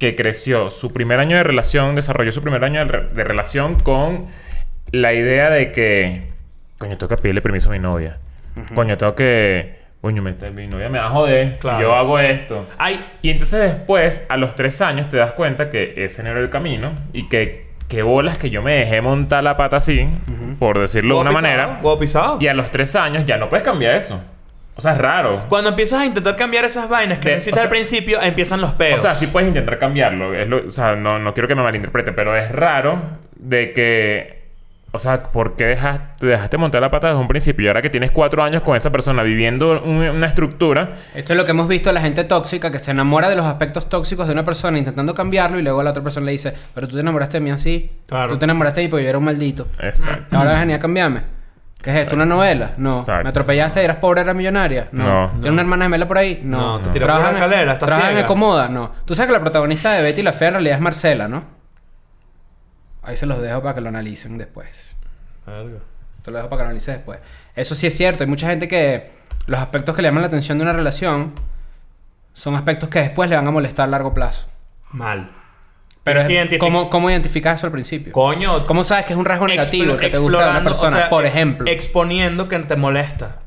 que creció su primer año de relación, desarrolló su primer año de, re- de relación con la idea de que, coño, tengo que pedirle permiso a mi novia. Coño, tengo que, coño, me- mi novia me va a joder
Claro. Ah.
si yo hago esto.
Hay-
Y entonces después, a los tres años, te das cuenta que ese no era el camino y que, que bolas que yo me dejé montar la pata así, por decirlo de una
Huevo pisado,
manera.
huevo pisado.
Y a los tres años ya no puedes cambiar eso. O sea, es raro.
Cuando empiezas a intentar cambiar esas vainas que
De-
no hiciste
o sea-
al principio, empiezan los
O
peos.
sea, sí puedes intentar cambiarlo. Es lo- o sea, no, no quiero que me malinterprete, pero es raro de que O sea, ¿por qué dejaste, te dejaste montar la pata desde un principio? Y ahora que tienes cuatro años con esa persona viviendo un- una estructura,
Esto es lo que hemos visto de la gente tóxica que se enamora de los aspectos tóxicos de una persona intentando cambiarlo y luego la otra persona le dice, pero tú te enamoraste de mí así.
Claro.
Tú te enamoraste de mí porque yo era un maldito.
exacto.
Ahora vas a venir a cambiarme. ¿Qué es esto? ¿Una novela? No.
Exacto.
¿Me atropellaste? ¿Eras pobre? ¿Eras millonaria? No.
No.
¿Tienes una hermana gemela por ahí? No.
No, te tiró por
¿Trabajas
la
en-
escalera, estás
¿Trabajas en
ciega.
Comoda? No. Tú sabes que la protagonista de Betty la Fea en realidad es Marcela, ¿no? Ahí se los dejo para que lo analicen después.
Verga.
Te lo dejo para que analices después. Eso sí es cierto. Hay mucha gente que los aspectos que le llaman la atención de una relación son aspectos que después le van a molestar a largo plazo.
Mal.
Pero
Tienes que
es,
identific-
¿cómo, ¿cómo identificas eso al principio?
Coño.
¿Cómo sabes que es un rasgo negativo
explo-
que te gusta de una
explorando,
persona?
o sea,
por ejemplo. Ah.
Exponiendo que te molesta.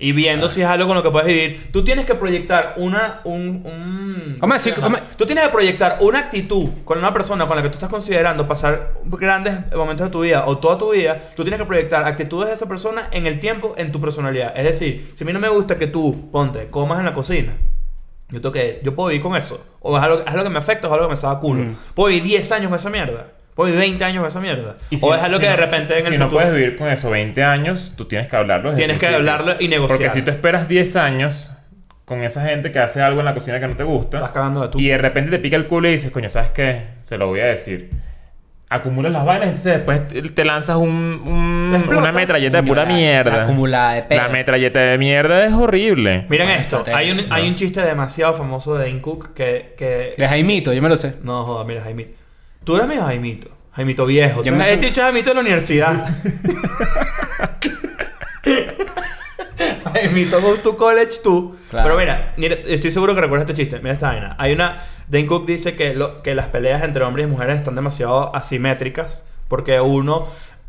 Y viendo si es algo con lo que puedes vivir. Tú tienes que proyectar una. Un, un-
Vamos a decir que-
Ajá.
vamos a-
Tú tienes que proyectar una actitud con una persona con la que tú estás considerando pasar grandes momentos de tu vida o toda tu vida. Tú tienes que proyectar actitudes de esa persona en el tiempo, en tu personalidad. Es decir, si a mí no me gusta que tú, ponte, comas en la cocina. Yo tengo que, yo puedo vivir con eso. O es algo, es algo que me afecta o es algo que me saca culo.
Mm.
Puedo vivir 10 años con esa mierda. Puedo vivir 20 años con esa mierda. o es algo que de repente en
si
el
no
futuro
puedes vivir con eso 20 años, tú tienes que hablarlo. desde
tienes
el
que
principio.
hablarlo y negociar.
Porque si tú esperas 10 años con esa gente que hace algo en la cocina que no te gusta,
Estás cagándola tú.
y de repente te pica el culo y dices, coño, ¿sabes qué? Se lo voy a decir. Acumulas las vainas, entonces después te- te lanzas un, un-
Te explota.
una metralleta de
Coño,
pura
la-
mierda.
la acumulada de pedo.
La metralleta de mierda es horrible.
Miren
Bueno,
esto.
eso te
Hay un,
es,
hay
¿no?
un chiste demasiado famoso de Dane Cook que... que...
De Jaimito, yo me lo sé.
No, joda, mira, Jaimito. Tú eres mío, Jaimito. Jaimito viejo.
Yo me
Tú eres
sent-
este bicho Jaimito de la universidad. Jaimito goes to college tú.
Claro.
Pero mira, mira, estoy seguro que recuerdas este chiste. Mira esta vaina. Hay una... Dane Cook dice que, lo- que las peleas entre hombres y mujeres están demasiado asimétricas porque uno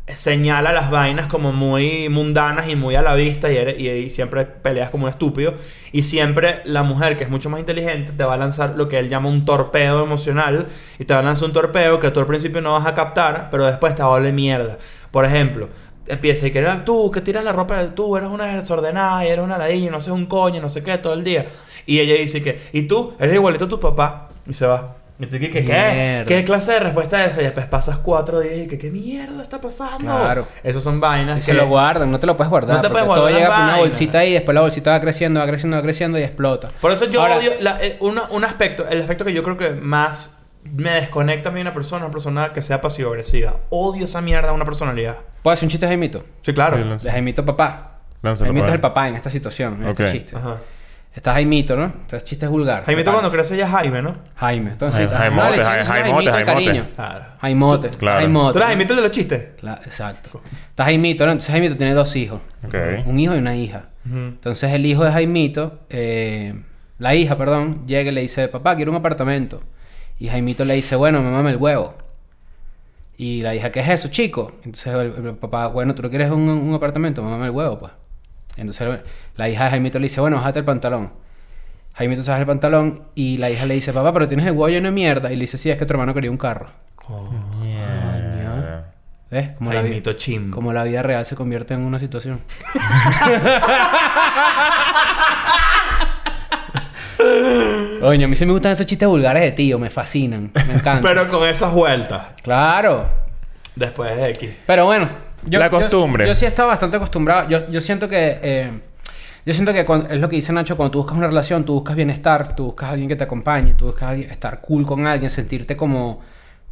señala las vainas como muy mundanas y muy a la vista y, eres- y- y siempre peleas como un estúpido y siempre la mujer que es mucho más inteligente te va a lanzar lo que él llama un torpedo emocional y te va a lanzar un torpedo que tú al principio no vas a captar pero después te va a oler mierda por ejemplo empieza y que "Ah, tú que tiras la ropa tú eres una desordenada y eres una ladilla y no sé un coño no sé qué todo el día y ella dice que y tú eres igualito a tu papá y se va y tú que, que, ¿qué?
Mierda.
¿Qué clase de respuesta es esa? Y después pasas cuatro días y que, ¿qué mierda está pasando?
Claro.
Esos son vainas.
Y se lo guardan, no te lo puedes guardar.
Ah, No te
porque
puedes guardar
Todo llega
las
por una
vainas.
bolsita ahí y después la bolsita va creciendo, va creciendo, va creciendo y explota.
Por eso yo
Ahora-
odio la- eh, una- un aspecto, el aspecto que yo creo que más me desconecta a mí una persona, una persona que sea pasivo-agresiva. Odio esa mierda, una personalidad.
¿Puedo hacer un chiste de Jaimito?
Sí, claro.
Sí, lanza-
De Jaimito papá.
lánzalo,
Jaimito es
pues.
el papá en esta situación, en
Ok.
este chiste.
Ajá.
Está Jaimito, ¿no? Este chiste es vulgar.
Jaimito
me
cuando
parece.
crece ya es Jaime, ¿no?
Jaime. Entonces,
Jaime-
ah,
Jaimote,
no, le siguen
Jaime-
diciendo
Jaimote,
Jaimito de
Jaimote.
cariño.
Claro.
Jaimote.
Claro.
¿Tú
Jaimote.
eres Jaimito el de los chistes?
La- exacto. Está Jaimito, ¿no? Entonces Jaimito tiene dos hijos.
Ok.
Un hijo y una hija.
Ujú.
Entonces el hijo de Jaimito, eh, la hija, perdón, llega y le dice, papá, quiero un apartamento. Y Jaimito le dice, bueno, mamá, el huevo. Y la hija, ¿qué es eso, chico? Entonces el, el papá, bueno, ¿tú no quieres un, un apartamento? Mamá, el huevo, pues. Entonces la hija de Jaimito le dice, bueno, bájate el pantalón. Jaimito se baja el pantalón y la hija le dice, papá, pero tienes el huevo lleno de mierda. Y le dice, sí, es que tu hermano quería un carro.
Mierda.
¿Ves? Como la, vida,
Jaimito chimbo.
como la vida real se convierte en una situación. Oye, a mí sí me gustan esos chistes vulgares de tío, me fascinan, me encantan.
Pero con esas vueltas.
Claro.
Después de X.
Pero bueno.
La costumbre.
Yo, sí he estado bastante acostumbrado. Yo, yo siento que. eh, yo siento que cuando- es lo que dice Nacho, cuando tú buscas una relación, tú buscas bienestar, tú buscas a alguien que te acompañe, tú buscas a alguien- estar cool con alguien, sentirte como,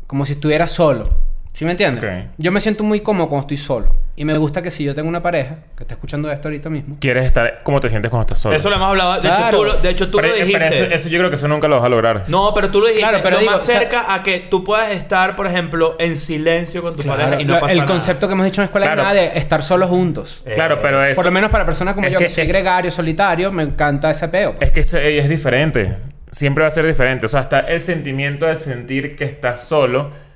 como si estuvieras solo. ¿Sí me entiendes?
Ok.
Yo me siento muy cómodo cuando estoy solo. Y me gusta que si yo tengo una pareja, que está escuchando esto ahorita mismo,
Quieres estar como te sientes cuando estás solo.
Eso lo hemos hablado. De
Claro. eh,
hecho, tú, lo- de hecho, tú
Pero- eh,
lo
pero
dijiste.
eso, eso yo creo que eso nunca lo vas a lograr.
No, pero tú lo dijiste.
Claro, pero
lo
digo,
más
o sea-
cerca a que tú puedas estar, por ejemplo, en silencio con tu
Claro,
pareja y no
lo-
pasa
el
nada.
concepto que hemos dicho en escuela de
Claro.
nada de estar solos juntos.
Eh,
Claro, pero es.
Por lo menos para personas como
es
yo, que,
que-
soy
es-
gregario, solitario, me encanta ese peo. pues.
Es que eso, ella es diferente. Siempre va a ser diferente. O sea, está el sentimiento de sentir que estás solo.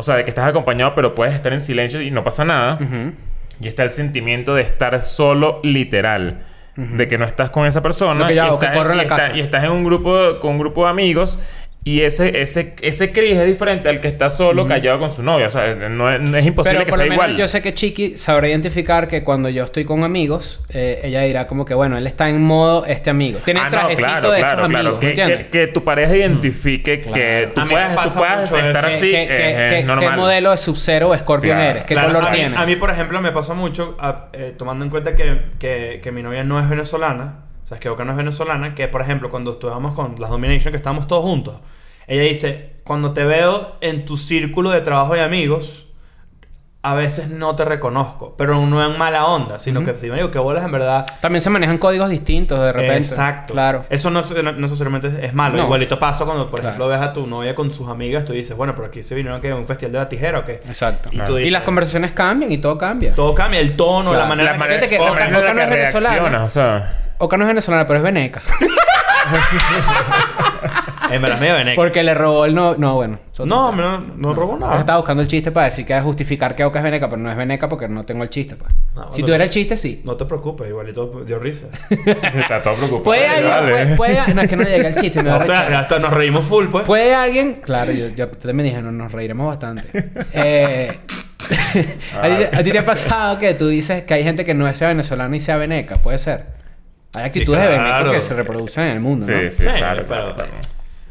O sea, de que estás acompañado, pero puedes estar en silencio y no pasa nada.
Ujú.
Y está el sentimiento de estar solo literal. De que no estás con esa persona.
Lo que yo
y
hago, que
estás,
corro en
y
la
estás-
casa.
y estás en un grupo con un grupo de amigos. Y ese, ese, ese Chris es diferente al que está solo callado con su novia. O sea, no es, no es imposible
Pero
que
por lo
sea
menos
igual.
yo sé que Chiqui sabrá identificar que cuando yo estoy con amigos, eh, ella dirá como que, bueno, él está en modo este amigo. Tiene
Ah, no,
trajecito
claro,
de
claro,
esos
claro.
amigos,
Que, que-
¿entiendes? Mm.
que tu pareja identifique que tú
A mí me
puedas, tú
pasa
puedas
mucho
estar
eso.
así.
¿Qué,
es-
qué-
eh, es
qué- qué
normal.
modelo de Scorpion
Claro,
eres? ¿Qué color tienes? ¿Qué
Claro,
color
a mí-
tienes?
A mí, por ejemplo, me pasa mucho, a- eh, tomando en cuenta que, que, que mi novia no es venezolana, o sea, que Boca no es venezolana, que, por ejemplo, cuando estuvimos con las Domination, que estábamos todos juntos, ella dice, cuando te veo en tu círculo de trabajo y amigos, a veces no te reconozco, pero no en mala onda, sino que si me digo que bolas en verdad...
También se manejan códigos distintos de repente.
Exacto.
Claro.
Eso no, no- no necesariamente es- es malo.
No.
Igualito pasa cuando, por
Claro.
ejemplo, ves a tu novia con sus amigas, tú dices, bueno, pero aquí se vinieron que a un festival de la tijera o qué.
Exacto.
Y,
Claro.
tú
Y
dices,
las conversaciones cambian y todo cambia.
todo cambia, el tono,
Claro.
la manera
La
en
manera,
Fíjate que
la
Oca-
manera en la
Oca no
que
es venezolana.
reaccionas, o sea.
Oca no es venezolana, pero es veneca.
En verdad, medio veneca.
Porque le robó el no. No, bueno. eso es
No,
otro tema.
no, no robó
Yo
nada.
estaba buscando el chiste para decir que es justificar que Oca es veneca, pero no es veneca porque no tengo el chiste, pues.
bueno,
si tuviera el chiste, sí.
No te preocupes, igualito dio risa.
Está todo preocupado.
Puede
Ay,
alguien.
vale.
Puede, puede- no, es que no llegué al chiste, me da
o sea,
rechera.
hasta nos reímos full, pues.
Puede alguien. Claro, yo, yo también dije, no, nos reiremos bastante. Eh, ¿a, ti, a ti te ha pasado que tú dices que hay gente que no sea venezolana y sea veneca? Puede ser. Hay actitudes de veneco
claro.
que se reproducen en el mundo,
Sí,
¿no?
sí,
Sí,
claro, claro,
pero-
claro.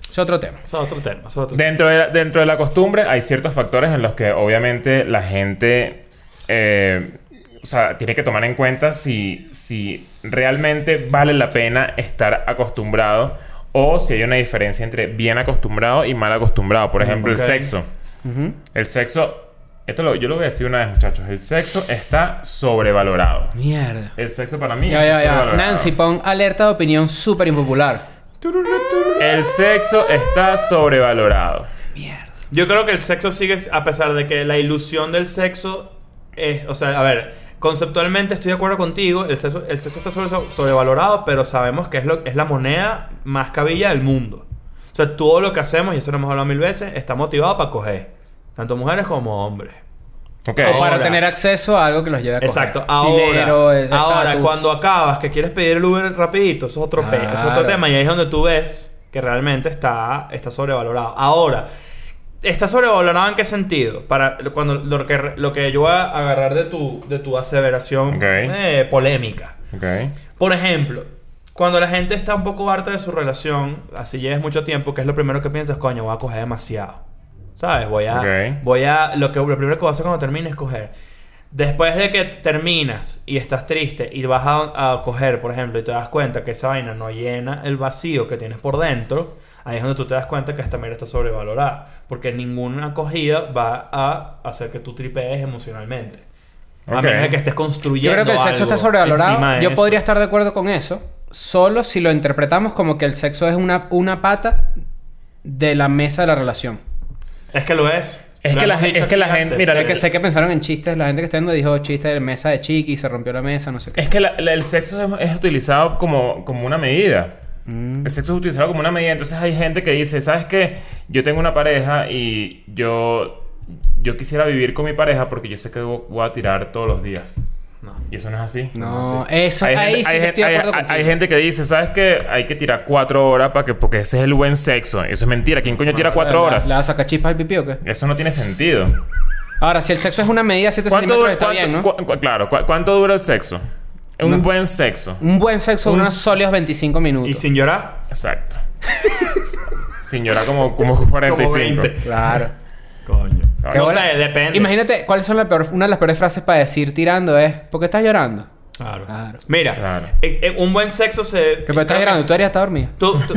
Es otro tema.
Eso es otro tema, eso es otro tema.
Dentro de, la, dentro de la costumbre hay ciertos factores en los que obviamente la gente eh, o sea, tiene que tomar en cuenta si, si realmente vale la pena estar acostumbrado o si hay una diferencia entre bien acostumbrado y mal acostumbrado. Por ejemplo,
ok.
el sexo.
Ujú.
El sexo, esto lo- yo lo voy a decir una vez muchachos, el sexo está sobrevalorado.
Mierda.
El sexo para mí
Ya, ya,
está
ya.
sobrevalorado.
Nancy, pon alerta de opinión súper impopular.
El sexo está sobrevalorado.
Mierda.
Yo creo que el sexo sigue, a pesar de que la ilusión del sexo es. O sea, a ver, conceptualmente estoy de acuerdo contigo, el sexo, el sexo está sobre- sobrevalorado, pero sabemos que es, lo, es la moneda más cabilla del mundo. O sea, todo lo que hacemos, y esto lo hemos hablado mil veces, está motivado para coger. Tanto mujeres como hombres.
Ok.
O para
Ahora.
tener acceso a algo que los lleve a coger.
Exacto. Ahora,
Dinero, eh,
ahora
estatus.
cuando acabas, que quieres pedir el Uber rapidito, eso es otro, pe- eso es otro
Claro.
tema. Y ahí es donde tú ves que realmente está, está sobrevalorado. Ahora, ¿está sobrevalorado en qué sentido? Para cuando lo que, lo que yo voy a agarrar de tu, de tu aseveración
Ok.
eh, polémica.
Ok.
Por ejemplo, cuando la gente está un poco harta de su relación, así lleves mucho tiempo, que es lo primero que piensas, coño, voy a coger demasiado. ¿Sabes? Voy a.
Ok.
Voy a. Lo, que, lo primero que voy a hacer cuando termine es coger. Después de que terminas y estás triste y vas a, a coger, por ejemplo, y te das cuenta que esa vaina no llena el vacío que tienes por dentro, ahí es donde tú te das cuenta que esta mierda está sobrevalorada. Porque ninguna acogida va a hacer que tú tripees emocionalmente. A
Ok.
menos de que estés
Yo
construyendo.
creo que el sexo
algo
está
encima
sobrevalorado.
de
Yo
eso.
podría estar de acuerdo con eso. Solo si lo interpretamos como que el sexo es una, una pata de la mesa de la relación.
Es que lo es.
Es
Lo
que la
hemos
gen-
dicho
es que la
aquí
gente-
antes.
mira,
Sé
Eh,
que, sé que pensaron en chistes. La gente que está viendo dijo chistes de mesa de chiqui, se rompió la mesa, no sé qué.
Es que la- la- el sexo es, es utilizado como, como una medida.
Mm.
El sexo es utilizado como una medida. Entonces hay gente que dice, ¿sabes qué? Yo tengo una pareja y yo, yo quisiera vivir con mi pareja porque yo sé que vo- voy a tirar todos los días.
No.
Y eso no es así.
No, eso ahí sí
hay
que estoy de
hay-
acuerdo
hay-
contigo.
hay gente que dice, ¿sabes qué? Hay que tirar cuatro horas para que, porque ese es el buen sexo. Eso es mentira. ¿Quién coño
Ah,
tira cuatro
¿Le-
horas?
¿Le vas a sacar chispas al pipí o qué?
Eso no tiene sentido.
Ahora, si el sexo es una medida de 7
¿Cuánto
centímetros,
dura,
está
cuánto-
bien, ¿no?
cu- cu- claro, cu- ¿cuánto dura el sexo? Un
No.
buen sexo.
Un buen sexo
Un-
dura unos sólidos 25 minutos.
Y sin llorar,
Exacto. Señora, como, como 45.
como 20.
Claro.
Coño.
Qué
No
bola.
sé, depende.
Imagínate, ¿cuáles son la peor- una de las peores frases para decir tirando? Es, ¿por qué estás llorando?
Claro.
Claro.
Mira,
Claro.
eh, eh, un buen sexo se.
Que pero estás llorando, tú harías estar dormida.
Tú. tú...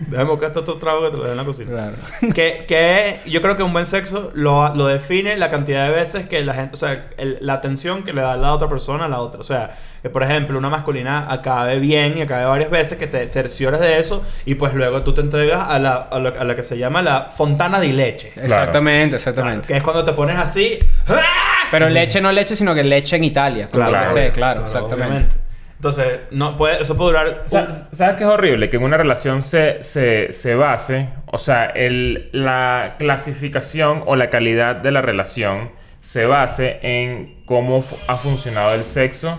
Déjame buscar estos tragos que te lo den en la cocina.
Claro.
que, que yo creo que un buen sexo lo, lo define la cantidad de veces que la gente, o sea, el- la atención que le da la otra persona a la otra. O sea, que por ejemplo, una masculina acabe bien y acabe varias veces, que te cerciores de eso y pues luego tú te entregas a la, a lo- a la que se llama la fontana de leche.
Exactamente, exactamente.
Que es cuando te pones así. ¡ah!
Pero leche no leche, sino que leche en Italia. con
Claro.
lo que sé, claro, exactamente.
obviamente. Entonces, no puede, eso puede durar.
O sea, ¿Sabes qué es horrible? Que en una relación se, se, se base, o sea, el, la clasificación o la calidad de la relación se base en cómo fu- ha funcionado el sexo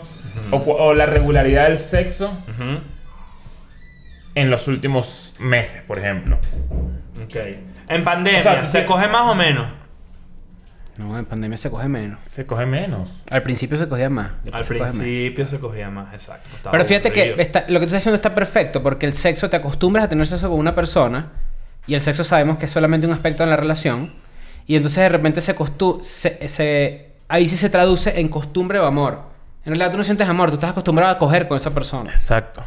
o cu- o, la regularidad del sexo
Ujú.
en los últimos meses, por ejemplo.
Ok. En pandemia,
O sea, tú
¿se
te-
coge más o menos?
No, en pandemia se coge menos.
Se coge menos.
Al principio se cogía más. después
Al
se coge menos.
principio se cogía más, exacto. Estaba
Pero fíjate que
aburrido.
está- lo que tú estás haciendo está perfecto porque el sexo te acostumbras a tener sexo con una persona y el sexo sabemos que es solamente un aspecto en la relación y entonces de repente se costu se, se- ahí sí se traduce en costumbre o amor. En realidad tú no sientes amor, tú estás acostumbrado a coger con esa persona.
Exacto.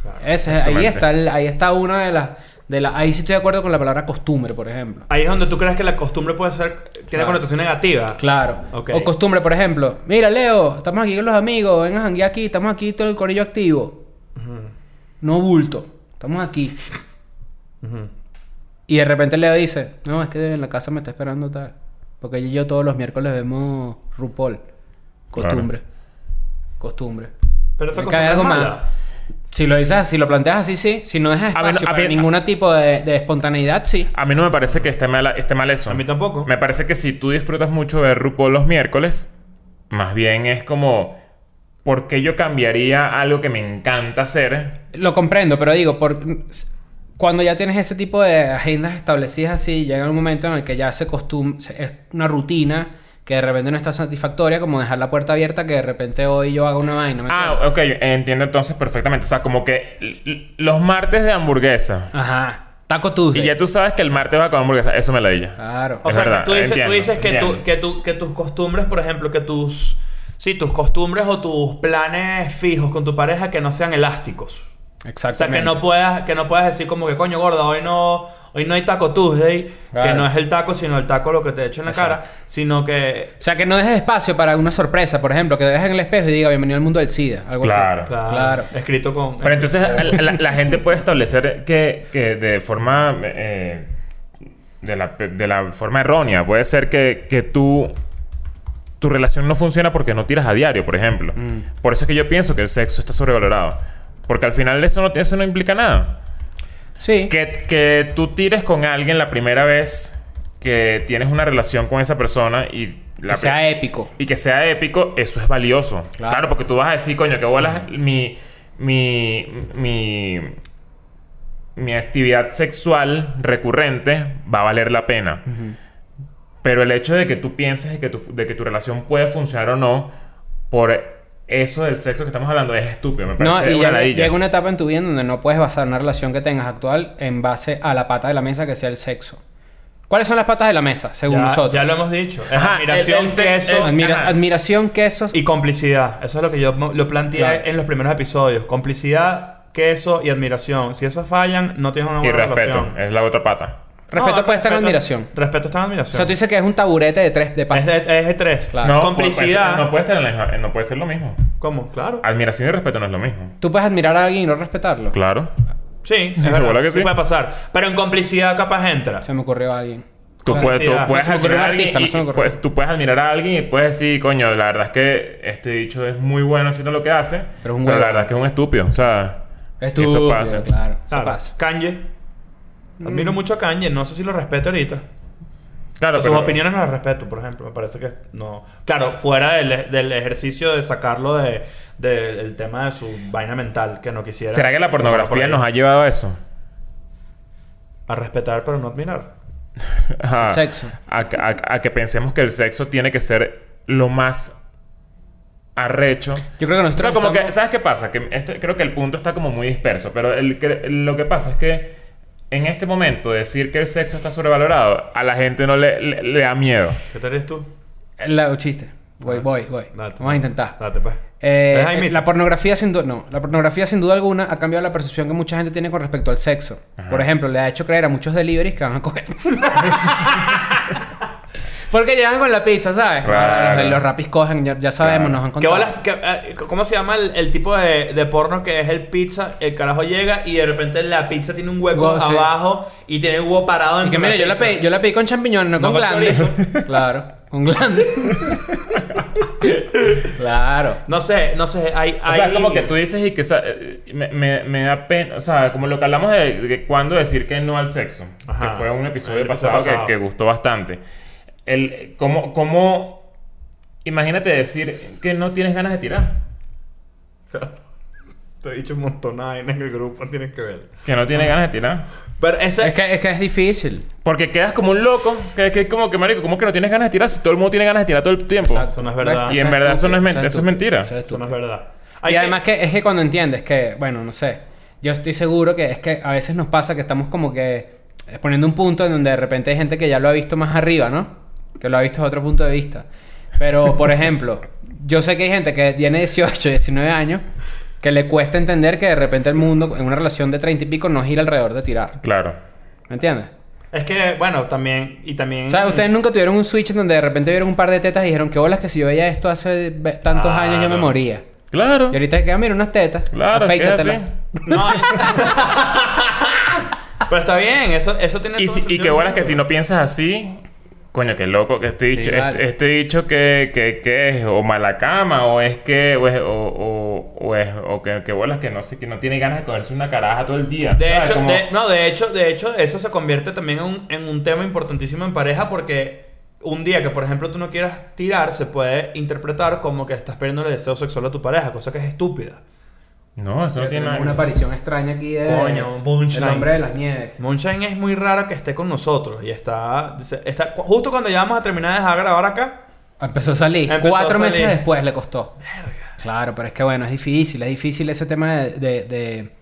Claro.
Ese- ahí
exactamente.
está el- ahí está una de las de la, ahí sí estoy de acuerdo con la palabra costumbre, por ejemplo.
Ahí es donde tú crees que la costumbre puede ser. Tiene
Claro.
connotación negativa.
Claro.
Ok.
O costumbre, por ejemplo. Mira, Leo, estamos aquí con los amigos. Ven a janguear aquí. Estamos aquí todo el corillo activo. No bulto. Estamos aquí.
Ujú.
Y de repente Leo dice, no, es que en la casa me está esperando tal. Porque ella y yo todos los miércoles vemos RuPaul. Costumbre. Costumbre.
Pero esa
Me
costumbre
cae algo
es mala.
mal. Si lo dices así, lo planteas así, sí. Si no dejas
A ver,
espacio
a
para
ver, a-
ningún tipo de, de espontaneidad, sí.
A mí no me parece que esté mal, esté mal eso.
A mí tampoco.
Me parece que si tú disfrutas mucho ver RuPaul los miércoles, más bien es como, ¿por qué yo cambiaría algo que me encanta hacer?
Lo comprendo, pero digo, por... cuando ya tienes ese tipo de agendas establecidas así, llega un momento en el que ya se costum se- es una rutina que de repente no está satisfactoria, como dejar la puerta abierta que de repente hoy yo haga una vaina. ¿me
Ah,
entiendes?
ok, entiendo entonces perfectamente. O sea, como que l- l- los martes de hamburguesa.
Ajá. Taco Tuesday.
Y ya tú sabes que el martes va con hamburguesa. Eso me la di ya.
Claro.
O
Es
sea,
verdad,
tú dices,
entiendo,
tú dices que,
entiendo.
tú- que, tú- que tus costumbres, por ejemplo, que tus. Sí, tus costumbres o tus planes fijos con tu pareja que no sean elásticos. O sea,
Exactamente.
que no puedas, que no puedas decir como que, coño, gorda, hoy no, hoy no hay taco Tuesday,
Claro.
que no es el taco, sino el taco lo que te echo en la cara, sino que.
O sea, que no dejes espacio para una sorpresa, por ejemplo, que te dejes en el espejo y diga bienvenido al mundo del SIDA. Algo
Claro.
así. Claro.
Escrito con.
Pero entonces la, la- la gente puede establecer que, que de forma... eh, de, la, de la forma errónea. Puede ser que, que tú... Tu relación no funciona porque no tiras a diario, por ejemplo.
Mm.
Por eso es que yo pienso que el sexo está sobrevalorado. Porque al final eso no, eso no implica nada.
Sí.
Que, que tú tires con alguien la primera vez que tienes una relación con esa persona y...
que
La pri-
sea épico.
y que sea épico, eso es valioso.
Claro.
Claro, porque tú vas a decir, coño, que bolas mi, mi, mi, mi actividad sexual recurrente va a valer la pena. Pero el hecho de que tú pienses de que tu, de que tu relación puede funcionar o no, por eso del sexo que estamos hablando, es estúpido. Me
No,
parece
y
una
llega,
ladilla.
llega una etapa en tu vida en donde no puedes basar una relación que tengas actual en base a la pata de la mesa que sea el sexo. ¿Cuáles son las patas de la mesa, según
ya,
nosotros?
ya lo hemos dicho. Es
Ajá,
admiración,
el- el sexo
queso
es-
Admira-
Ajá.
admiración, quesos.
y complicidad. Eso es lo que yo mo- lo planteé
Claro.
en los primeros episodios. Complicidad, queso y admiración. Si esas fallan, no tienes una
Y
buena
respeto,
relación.
es la otra pata.
Eh, Respeto
No,
puede estar en
respeto-
admiración.
Respeto está en admiración.
O sea, tú dices que es un taburete de tres de
Es
patas.
de, es de tres.
Claro. No,
Complicidad.
pues, No puede, estar en la misma- no puede ser lo mismo.
¿Cómo? Claro.
Admiración y respeto no es lo mismo.
Tú puedes admirar a alguien y no respetarlo.
Claro.
Sí, es
De bola
verdad.
que
Sí
sí.
puede pasar. Pero en complicidad capaz entra.
Se me ocurrió a alguien.
Tú
Claro.
puedes, tú
Felicidad.
puedes
No se me ocurrió
admirar
un
a alguien
artista, no
y-
se me
y
ocurrió.
puedes- tú puedes admirar a alguien y puedes decir, coño, la verdad es que este dicho es muy bueno haciendo lo que hace,
Pero
pero,
es un huevón.
la verdad es que es un estúpido, o sea,
Estúpido,
eso pasa.
Claro, eso
Claro.
pasa.
Kanye. Admiro mucho a Kanye. No sé si lo respeto ahorita.
Claro,
Sus opiniones no las respeto, por ejemplo. Me parece que no. Claro, fuera del, del ejercicio de sacarlo de, del el tema de su vaina mental que no quisiera.
¿será que la
Por
pornografía
ahí.
nos ha llevado a eso?
A respetar, pero no admirar.
Ajá.
Sexo.
A, a- a que pensemos que el sexo tiene que ser lo más arrecho.
Yo creo que
O
nosotros.
sea, como que,
estamos-
¿sabes qué pasa? Que este- creo que el punto está como muy disperso, pero el que- lo que pasa es que en este momento decir que el sexo está sobrevalorado a la gente no le- le- le da miedo.
¿Qué te eres tú?
La- un chiste. Voy, voy, voy.
Ah, Date,
Vamos a intentar.
Date, pues.
Eh,
¿Ves, Jaimito?
la pornografía sin duda no, la pornografía sin duda alguna ha cambiado la percepción que mucha gente tiene con respecto al sexo. Por ejemplo, le ha hecho creer a muchos deliveries que van a coger. Porque llegan con la pizza, ¿sabes?
Claro.
Los, los rapis cogen, ya, ya sabemos,
Claro.
nos han
¿Qué
contado.
bolas? qué- eh, ¿Cómo se llama el, el tipo de, de porno que es el pizza? El carajo llega y de repente la pizza tiene un hueco
Huevo, sí.
abajo y tiene el huevo parado
Y
en
que mira, yo la, pedí, yo la pedí con champiñones, no,
No
con
con
glandes.
chorizo.
claro, con glandes. claro.
No sé, no sé. Hay,
O
hay...
sea, como que tú dices y que sa- eh, me, me- me da pena, o sea, como lo que hablamos de, de cuándo decir que no al sexo,
Ajá.
que fue un episodio,
El episodio
pasado, que-
pasado.
Que, gustó bastante. El, como, como, imagínate decir que no tienes ganas de tirar.
Te he dicho un montón de vainas que el grupo tiene que ver.
Que no tiene ganas de tirar.
Pero ese...
Es que, es que es difícil.
Porque quedas como un loco. Que que es como que, marico, ¿cómo que no tienes ganas de tirar si todo el mundo tiene ganas de tirar todo el tiempo?
Eso no es verdad.
Y en verdad eso no es men- eso es mentira.
Eso no es verdad.
Y
Hay que-
además que es que cuando entiendes que, bueno, no sé, yo estoy seguro que es que a veces nos pasa que estamos como que eh, poniendo un punto en donde de repente hay gente que ya lo ha visto más arriba, ¿no? Que lo ha visto desde otro punto de vista. Pero, por ejemplo, yo sé que hay gente que tiene 18, 19 años que le cuesta entender que de repente el mundo en una relación de 30 y pico no gira alrededor de tirar.
Claro.
¿Me entiendes?
Es que, bueno, también... Y también...
O sea,
Mm.
ustedes nunca tuvieron un switch en donde de repente vieron un par de tetas y dijeron que bolas que si yo veía esto hace ve- tantos
Ah,
años yo me
no.
moría.
Claro.
Y ahorita que ah, mira unas tetas.
Claro. que es así.
aféitatelas.
No. Pero está bien, eso, eso tiene
Y,
todo
si- y
sentido
que
del
bolas que
mundo.
si no piensas así. Coño, qué loco que este
Sí,
dicho, este-
vale.
este, dicho que, que, que es o mala cama o es que o, es, o, o, o es o que, que bolas que no sé que no tiene ganas de cogerse una caraja todo el día.
De
¿sabes?
hecho,
Ah, Como-
de- no, de hecho, de hecho, eso se convierte también en un, en un tema importantísimo en pareja porque un día que, por ejemplo, tú no quieras tirar, se puede interpretar como que estás perdiendo el deseo sexual a tu pareja, cosa que es estúpida.
no, eso no tiene
Tenemos
nada.
una aparición extraña aquí de...
Coño, Moonshine.
El hombre de las nieves.
Moonshine es muy rara que esté con nosotros y está, dice- está cu- justo cuando ya vamos a terminar de dejar grabar acá.
Empezó a salir.
Empezó
Cuatro
a salir.
meses después le costó. Claro, pero es que bueno, es difícil. Es difícil ese tema de... de, de-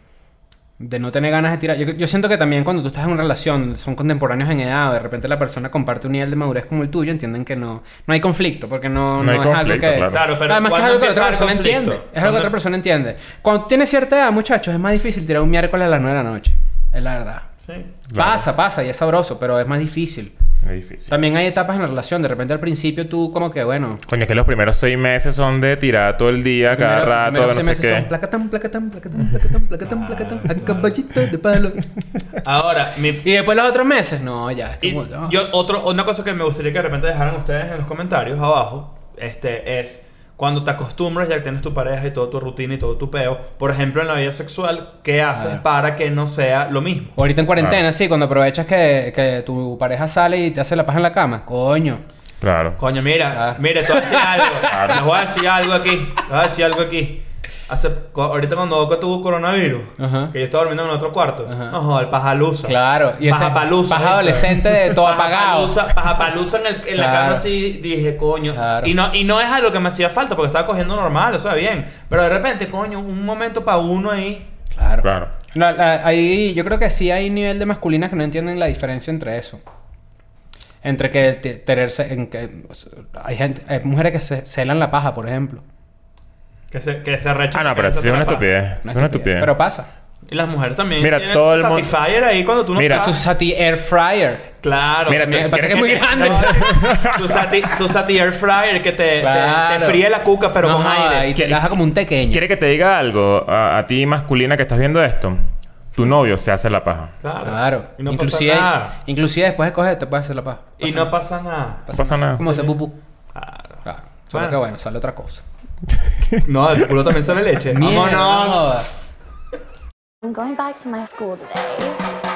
de no tener ganas de tirar. Yo, yo siento que también cuando tú estás en una relación, son contemporáneos en edad, o de repente la persona comparte un nivel de madurez como el tuyo, entienden que no, no hay conflicto, porque no,
No
no
hay
es algo
conflicto,
que.
claro.
Claro, pero
Además, que es
¿cuándo
algo que otra
empieza el
persona
conflicto?
entiende. Es algo que
¿Cuándo-
otra persona entiende. Cuando tienes cierta edad, muchachos, es más difícil tirar un miércoles a las 9 de la noche. Es la verdad.
Sí.
Claro.
Pasa, pasa y es sabroso, pero es más difícil.
Es difícil.
También hay etapas en la relación. De repente al principio tú como que, bueno...
Coño, es que los primeros seis meses son de tirar todo el día, cada
primero-
rato,
primero
no
seis
sé
meses
qué.
son placatán, placatán, placatán, placatán, placatán, placatán, a caballito de palo.
Ahora, mi,
y después los otros meses, no, ya.
Y
es como, no.
yo, otro, una cosa que me gustaría que de repente dejaran ustedes en los comentarios abajo este, es cuando te acostumbras, ya que tienes tu pareja y toda tu rutina y todo tu peo, por ejemplo, en la vida sexual, ¿qué haces para que no sea lo mismo?
Ahorita en cuarentena,
Claro.
sí, cuando aprovechas que, que tu pareja sale y te hace la paja en la cama. Coño.
Claro.
Coño, mira,
Claro.
mira, te voy a decir algo.
Claro.
Les voy a decir algo aquí. Les voy a decir algo aquí. Hace, co- ahorita cuando Oco tuvo coronavirus,
Ajá.
que yo estaba durmiendo en otro cuarto,
Ajá.
no joder, pajalusa.
Claro, y ese
Pajapalusa,
paja
¿viste?
adolescente de todo apagado.
Pajapalusa, pajapalusa en, el- en la
Claro.
cama así dije, coño.
Claro.
Y, no, y no es a lo que me hacía falta porque estaba cogiendo normal, o sea, bien. Pero de repente, coño, un momento para uno ahí.
Claro.
Claro.
La- la- ahí yo creo que sí hay nivel de masculinas que no entienden la diferencia entre eso. Entre que te- tener se- en que o sea, hay gente, hay mujeres que se celan la paja, por ejemplo.
Que se, que se arrecha
Ah, no,
porque
pero eso es
se
una
tapa.
estupidez. Es una estupidez.
Pero pasa.
Y las mujeres también.
Mira,
tienen
todo
su
el mundo-
Satisfyer ahí cuando tú no
Mira,
Su
estás.
sati air fryer.
Claro.
Mira,
Me
¿Quieres
pasa que es
que
muy
te-
grande.
Ah, su, sati, su sati air fryer que te, te- te,
Claro.
fríe la cuca, pero
No
con
joda,
aire.
Y te
¿Quiere-
la deja como un tequeño.
¿Quiere que te diga algo a, a ti masculina que estás viendo esto? Tu novio se hace la paja.
Claro.
Claro.
Y no
inclusive,
pasa nada.
inclusive después de coger te puedes hacer la paja.
Y no pasa nada.
No pasa nada.
Como se pupú.
Claro.
Claro. Solo
Bueno.
que bueno, sale otra cosa.
No, de tu culo también sale leche.
Mierda, no
¡Vámonos!
jodas.
I'm going back to my school today.